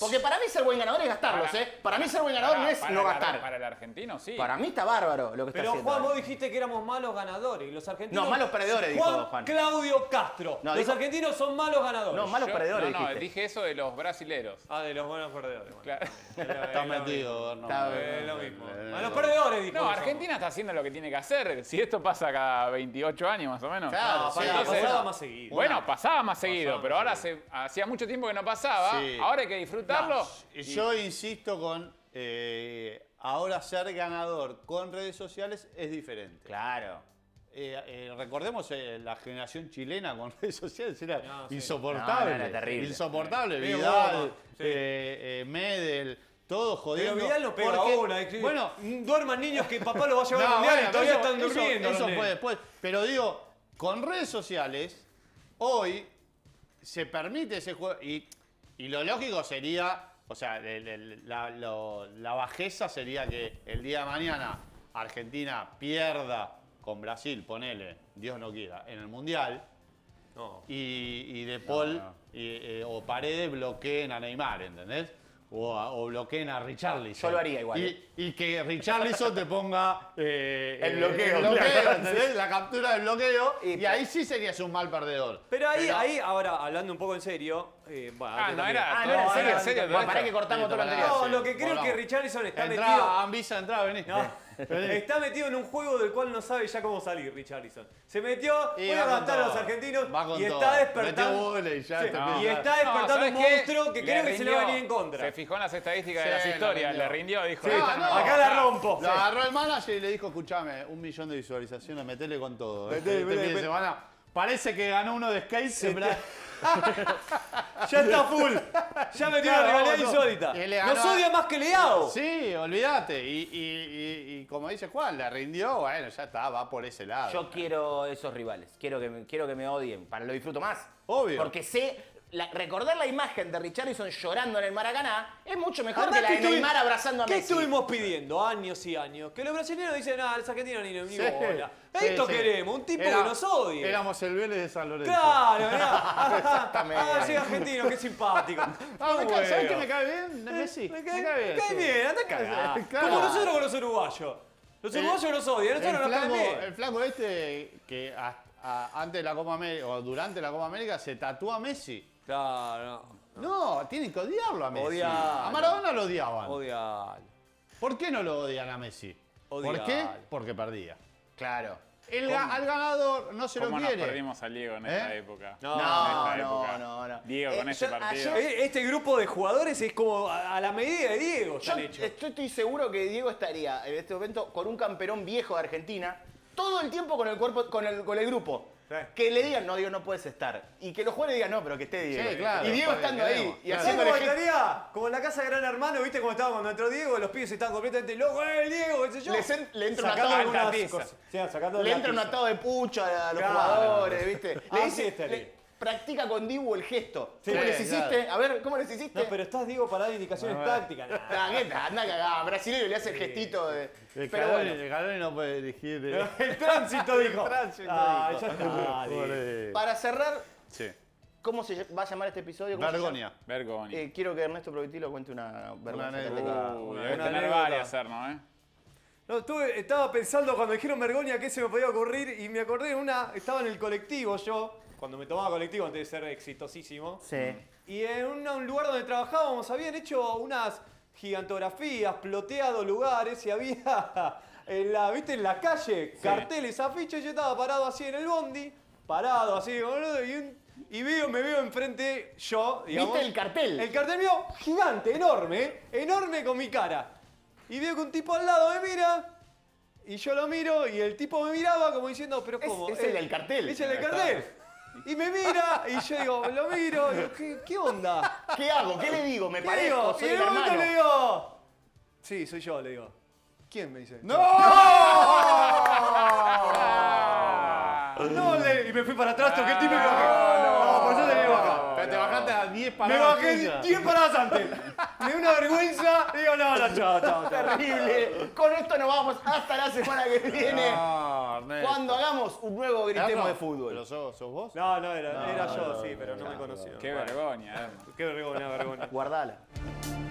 Speaker 1: Porque para mí ser buen ganador es gastarlos,
Speaker 2: Para-
Speaker 1: ¿eh? Para mí ser buen ganador
Speaker 2: Para-
Speaker 1: no es
Speaker 2: para
Speaker 1: no
Speaker 2: el ar-
Speaker 1: gastar.
Speaker 2: Para el argentino, sí.
Speaker 1: Para mí está bárbaro lo que
Speaker 3: Pero
Speaker 1: está haciendo.
Speaker 3: Juan, vos dijiste que éramos malos ganadores. y Los argentinos.
Speaker 1: No, malos perdedores,
Speaker 3: Juan,
Speaker 1: dijo Juan.
Speaker 3: Claudio Castro.
Speaker 1: No,
Speaker 3: los
Speaker 1: dijo-
Speaker 3: argentinos son malos ganadores.
Speaker 1: No, malos
Speaker 2: Yo-
Speaker 1: perdedores
Speaker 2: No, no,
Speaker 1: dijiste.
Speaker 2: dije eso de los brasileros.
Speaker 3: Ah, de los buenos perdedores. bueno.
Speaker 2: Claro.
Speaker 4: Está
Speaker 3: Es lo mismo.
Speaker 4: metido, no.
Speaker 1: Está bien.
Speaker 3: Es lo mismo.
Speaker 4: Eh,
Speaker 3: Malos perdedores, dijo.
Speaker 2: No,
Speaker 3: que
Speaker 2: Argentina está haciendo lo que tiene que hacer. Si esto pasa cada 28 años más o menos.
Speaker 4: Claro,
Speaker 3: somos. No,
Speaker 4: sí,
Speaker 3: pará,
Speaker 4: entonces-
Speaker 3: pasaba más seguido.
Speaker 2: Bueno, pasaba más seguido,
Speaker 3: más
Speaker 2: pero ahora se- hacía mucho tiempo que no pasaba.
Speaker 4: Sí.
Speaker 2: Ahora hay que disfrutarlo.
Speaker 4: Y Yo insisto con. eh, ahora ser ganador con redes sociales es diferente.
Speaker 1: Claro.
Speaker 4: Eh, eh, recordemos eh, la generación chilena con redes sociales, era
Speaker 3: No, sí.
Speaker 4: insoportable.
Speaker 1: No, no, era terrible.
Speaker 4: Insoportable.
Speaker 3: Pero
Speaker 4: Vidal,
Speaker 3: Boban, sí.
Speaker 4: eh, eh, Medel, todos
Speaker 3: Pero
Speaker 4: jodiendo.
Speaker 3: Vidal lo pega
Speaker 4: Porque-
Speaker 3: una. eh, y-
Speaker 4: Bueno,
Speaker 3: Mm, duerman niños que papá lo va a llevar
Speaker 4: no,
Speaker 3: al mundial
Speaker 4: bueno,
Speaker 3: y todavía
Speaker 4: eso-
Speaker 3: están
Speaker 4: eso-
Speaker 3: durmiendo. los
Speaker 4: Eso,
Speaker 3: nenes.
Speaker 4: fue después. Pero digo, con redes sociales, hoy se permite ese juego. Y, y lo lógico sería, o sea, el- el- la, lo- la bajeza sería que el día de mañana Argentina pierda con Brasil, ponele, Dios no quiera, en el Mundial.
Speaker 3: No.
Speaker 4: Y, y De Paul y, eh, o Paredes bloqueen a Neymar, ¿entendés? o, a- o bloqueen a
Speaker 1: Yo
Speaker 4: Richarlison.
Speaker 1: lo haría igual,
Speaker 4: Y,
Speaker 1: eh.
Speaker 4: y que Richarlison te ponga eh,
Speaker 1: El
Speaker 4: eh,
Speaker 1: bloqueo, claro.
Speaker 4: ¿entendés? La captura del bloqueo.
Speaker 1: Y-
Speaker 4: Y, ahí sí serías un mal perdedor.
Speaker 3: Pero ahí, ahí, ahora, hablando un poco en serio. eh, bueno,
Speaker 2: Ah,
Speaker 3: antes
Speaker 2: no
Speaker 3: también.
Speaker 2: era.
Speaker 1: Ah, no, era en
Speaker 2: No,
Speaker 1: serio.
Speaker 2: era en serio,
Speaker 1: Bueno,
Speaker 2: todo
Speaker 1: pará
Speaker 2: esto.
Speaker 1: que cortamos todo lo
Speaker 4: Listo,
Speaker 1: anterior.
Speaker 4: pará,
Speaker 3: No,
Speaker 4: sí,
Speaker 3: lo que creo es
Speaker 4: volvamos.
Speaker 3: que Richarlison está
Speaker 4: Entrá,
Speaker 3: metido.
Speaker 4: Anvisa, entrá, vení. Vení.
Speaker 3: Está metido en un juego del cual no sabe ya cómo salir, Richarlison. Se metió,
Speaker 4: Y
Speaker 3: voy a
Speaker 4: va con
Speaker 3: matar a los
Speaker 4: todo.
Speaker 3: argentinos
Speaker 4: Va con
Speaker 3: y está
Speaker 4: todo.
Speaker 3: despertando.
Speaker 4: Metió goles y ya
Speaker 3: Sí,
Speaker 4: está
Speaker 3: y
Speaker 4: bien.
Speaker 3: está despertando
Speaker 2: ¿sabes
Speaker 3: un
Speaker 2: qué?
Speaker 3: monstruo que
Speaker 2: Le
Speaker 3: creo que se le va a
Speaker 2: rindió.
Speaker 3: venir en contra.
Speaker 2: Se fijó en las estadísticas
Speaker 4: Sí,
Speaker 2: de las
Speaker 4: la
Speaker 2: historias,
Speaker 4: rindió.
Speaker 2: le rindió, dijo.
Speaker 4: Sí,
Speaker 2: "No,
Speaker 4: está-
Speaker 2: no,
Speaker 3: Acá la rompo.
Speaker 4: Lo agarró el manager y le dijo, escuchame, un millón de visualizaciones, metele con todo. ¿eh?
Speaker 3: Metele,
Speaker 4: Este
Speaker 3: metele,
Speaker 4: fin de
Speaker 3: metele.
Speaker 4: semana. Parece que ganó uno de skate. sembra-
Speaker 3: Ya está full. Ya metió una
Speaker 4: Claro,
Speaker 3: rivalidad
Speaker 4: vamos,
Speaker 3: insólita.
Speaker 4: y le
Speaker 3: Nos
Speaker 4: ganó a-
Speaker 3: odia más que Leao.
Speaker 4: Sí, olvídate. Y, y- y- y como dice Juan, la rindió, bueno, ya está, va por ese lado.
Speaker 1: Yo quiero esos rivales, quiero que, me, quiero que me odien, para lo disfruto más.
Speaker 4: Obvio.
Speaker 1: Porque sé, la- recordar la imagen de Richarlison llorando en el Maracaná es mucho mejor
Speaker 3: Además,
Speaker 1: que la
Speaker 3: ¿qué
Speaker 1: de Neymar
Speaker 3: estuvi-
Speaker 1: abrazando a
Speaker 3: ¿Qué
Speaker 1: Messi.
Speaker 3: estuvimos pidiendo años y años? Que los brasileños dicen, ah, los argentinos ni ni
Speaker 4: Sí,
Speaker 3: bola.
Speaker 4: sí,
Speaker 3: Esto
Speaker 4: sí.
Speaker 3: queremos, un tipo
Speaker 4: Era-
Speaker 3: que nos odie.
Speaker 4: Éramos el Vélez de San Lorenzo.
Speaker 3: Claro, mirá.
Speaker 1: Exactamente.
Speaker 3: Ah, sí, argentino, qué simpático.
Speaker 4: Ah, me
Speaker 3: No,
Speaker 4: cae- ¿Sabés
Speaker 3: bueno.
Speaker 4: qué me cae bien? Messi.
Speaker 3: Me cae, me cae bien, anda a cagar.
Speaker 4: Claro.
Speaker 3: Como nosotros con los uruguayos. Los
Speaker 4: El-
Speaker 3: uruguayos los odian,
Speaker 4: El
Speaker 3: nosotros nos caen
Speaker 4: flaco,
Speaker 3: bien.
Speaker 4: el flaco este que a- a- antes de la Copa América o durante la Copa América se tatúa a Messi.
Speaker 3: Claro,
Speaker 4: No, tienen que odiarlo a Messi.
Speaker 3: Odialo.
Speaker 4: A Maradona lo odiaban.
Speaker 3: no. Odial.
Speaker 4: ¿Por qué no lo odian a Messi?
Speaker 3: Odialo.
Speaker 4: ¿Por qué? Porque perdía.
Speaker 1: Claro.
Speaker 4: El ga- al ganador no se lo
Speaker 2: ¿Cómo nos
Speaker 4: quiere.
Speaker 2: perdimos a Diego en esta
Speaker 4: ¿Eh?
Speaker 2: época?
Speaker 3: No,
Speaker 2: En esta
Speaker 1: no,
Speaker 2: época.
Speaker 1: no, no.
Speaker 2: Diego
Speaker 1: Eh,
Speaker 2: con ese
Speaker 1: yo
Speaker 2: partido.
Speaker 1: ayer-
Speaker 3: E- Este grupo de jugadores es como a a la medida de Diego,
Speaker 1: Yo
Speaker 3: están hechos.
Speaker 1: estoy, estoy seguro que Diego estaría en este momento con un camperón viejo de Argentina, todo el tiempo con el cuerpo, con el, con el grupo.
Speaker 3: Sí.
Speaker 1: Que le digan, no, Diego, no puedes estar. Y que los jugadores digan, no, pero que esté Diego.
Speaker 4: Sí, claro,
Speaker 1: y Diego
Speaker 4: está bien,
Speaker 1: estando ahí
Speaker 4: queremos,
Speaker 1: y
Speaker 4: claro.
Speaker 3: ¿Sabés
Speaker 1: haciendo
Speaker 3: cómo estaría? Como en la casa de Gran Hermano, ¿viste cómo estaba cuando entró Diego? Los pibes estaban completamente locos. ¡Eh, el Diego! qué sé yo!
Speaker 1: Les en- le entra una
Speaker 3: Sacando
Speaker 1: tabla
Speaker 3: algunas
Speaker 2: tiza.
Speaker 3: cosas. Sí, ah, sacando
Speaker 1: Le
Speaker 3: la
Speaker 1: entra un
Speaker 3: tiza.
Speaker 1: atado de pucho a los
Speaker 3: Claro. Ah,
Speaker 1: jugadores, ¿viste? Le
Speaker 3: Así
Speaker 1: dice,
Speaker 3: estaría.
Speaker 1: le- practica con Dibu el gesto.
Speaker 3: Sí,
Speaker 1: ¿Cómo les
Speaker 4: claro.
Speaker 1: hiciste? A ver, ¿cómo les hiciste?
Speaker 3: No, pero estás Diego para dar indicaciones tácticas. Nah.
Speaker 1: Ah, ¿qué tal? Anda cagada. Brasileño le hace el gestito de.
Speaker 4: El
Speaker 1: Pero
Speaker 4: Caloni-
Speaker 1: bueno,
Speaker 4: el Caloni no puede dirigir. eh.
Speaker 3: El tránsito dijo.
Speaker 4: tránsito
Speaker 3: Ah,
Speaker 4: dijo.
Speaker 3: ya está. Diego.
Speaker 4: Pobre-
Speaker 1: para cerrar,
Speaker 4: Sí.
Speaker 1: ¿cómo se va a llamar este episodio? ¿Cómo se
Speaker 4: Vergonia.
Speaker 1: llama?
Speaker 2: Vergonia.
Speaker 1: Eh, quiero que Ernesto Provitilo cuente una vergüenza. que
Speaker 4: anécdota.
Speaker 1: tenga.
Speaker 2: Uy,
Speaker 3: una
Speaker 2: debe tener
Speaker 3: anécdota.
Speaker 2: varias, Erno, ¿eh?
Speaker 3: No, estuve- estaba pensando cuando dijeron Vergonia qué se me podía ocurrir y me acordé de una. Estaba en el colectivo yo, cuando me tomaba colectivo antes de ser exitosísimo.
Speaker 1: Sí.
Speaker 3: Y en una- un lugar donde trabajábamos habían hecho unas gigantografías, ploteado lugares y había en la, ¿viste? en la calle carteles, afiches. Yo estaba parado así en el bondi, parado así, boludo, y, un- y veo, me veo enfrente yo. Digamos,
Speaker 1: ¿Viste el cartel?
Speaker 3: El cartel mío, gigante, enorme, enorme con mi cara. Y veo que un tipo al lado me mira. Y yo lo miro y el tipo me miraba como diciendo, pero
Speaker 1: Es-
Speaker 3: ¿cómo?
Speaker 1: es el
Speaker 3: Eh,
Speaker 1: del cartel.
Speaker 3: Es el del
Speaker 1: Ahí está.
Speaker 3: cartel. Y me mira, y yo digo, lo miro, digo, ¿qué, qué onda?
Speaker 1: ¿Qué hago? ¿Qué le digo? Me
Speaker 3: ¿Qué
Speaker 1: parezco,
Speaker 3: digo?
Speaker 1: soy
Speaker 3: y en
Speaker 1: el
Speaker 3: un momento
Speaker 1: hermano.
Speaker 3: le digo, sí, soy yo, le digo. ¿Quién me dice? ¡No! No, le- y me fui para atrás, toqué el timbre y me bajé.
Speaker 1: Ah,
Speaker 3: No, por eso te digo acá.
Speaker 4: Pero te bajaste a 10
Speaker 3: Me
Speaker 4: paradas.
Speaker 3: bajé
Speaker 4: tuyas.
Speaker 3: 10 paradas antes. Me dio una vergüenza, digo, no, no, chao, chao, chao.
Speaker 1: Terrible. Con esto nos vamos hasta la semana que viene.
Speaker 4: No, Ernesto.
Speaker 1: Cuando hagamos un nuevo gritemos
Speaker 4: Ernesto,
Speaker 1: de fútbol.
Speaker 4: ¿Pero sos, sos vos?
Speaker 3: No, no, era, era yo, sí, pero no me
Speaker 4: no,
Speaker 3: conoció.
Speaker 2: Qué vergonia, Erno.
Speaker 3: Qué vergüenza, vergüenza.
Speaker 1: Guardala.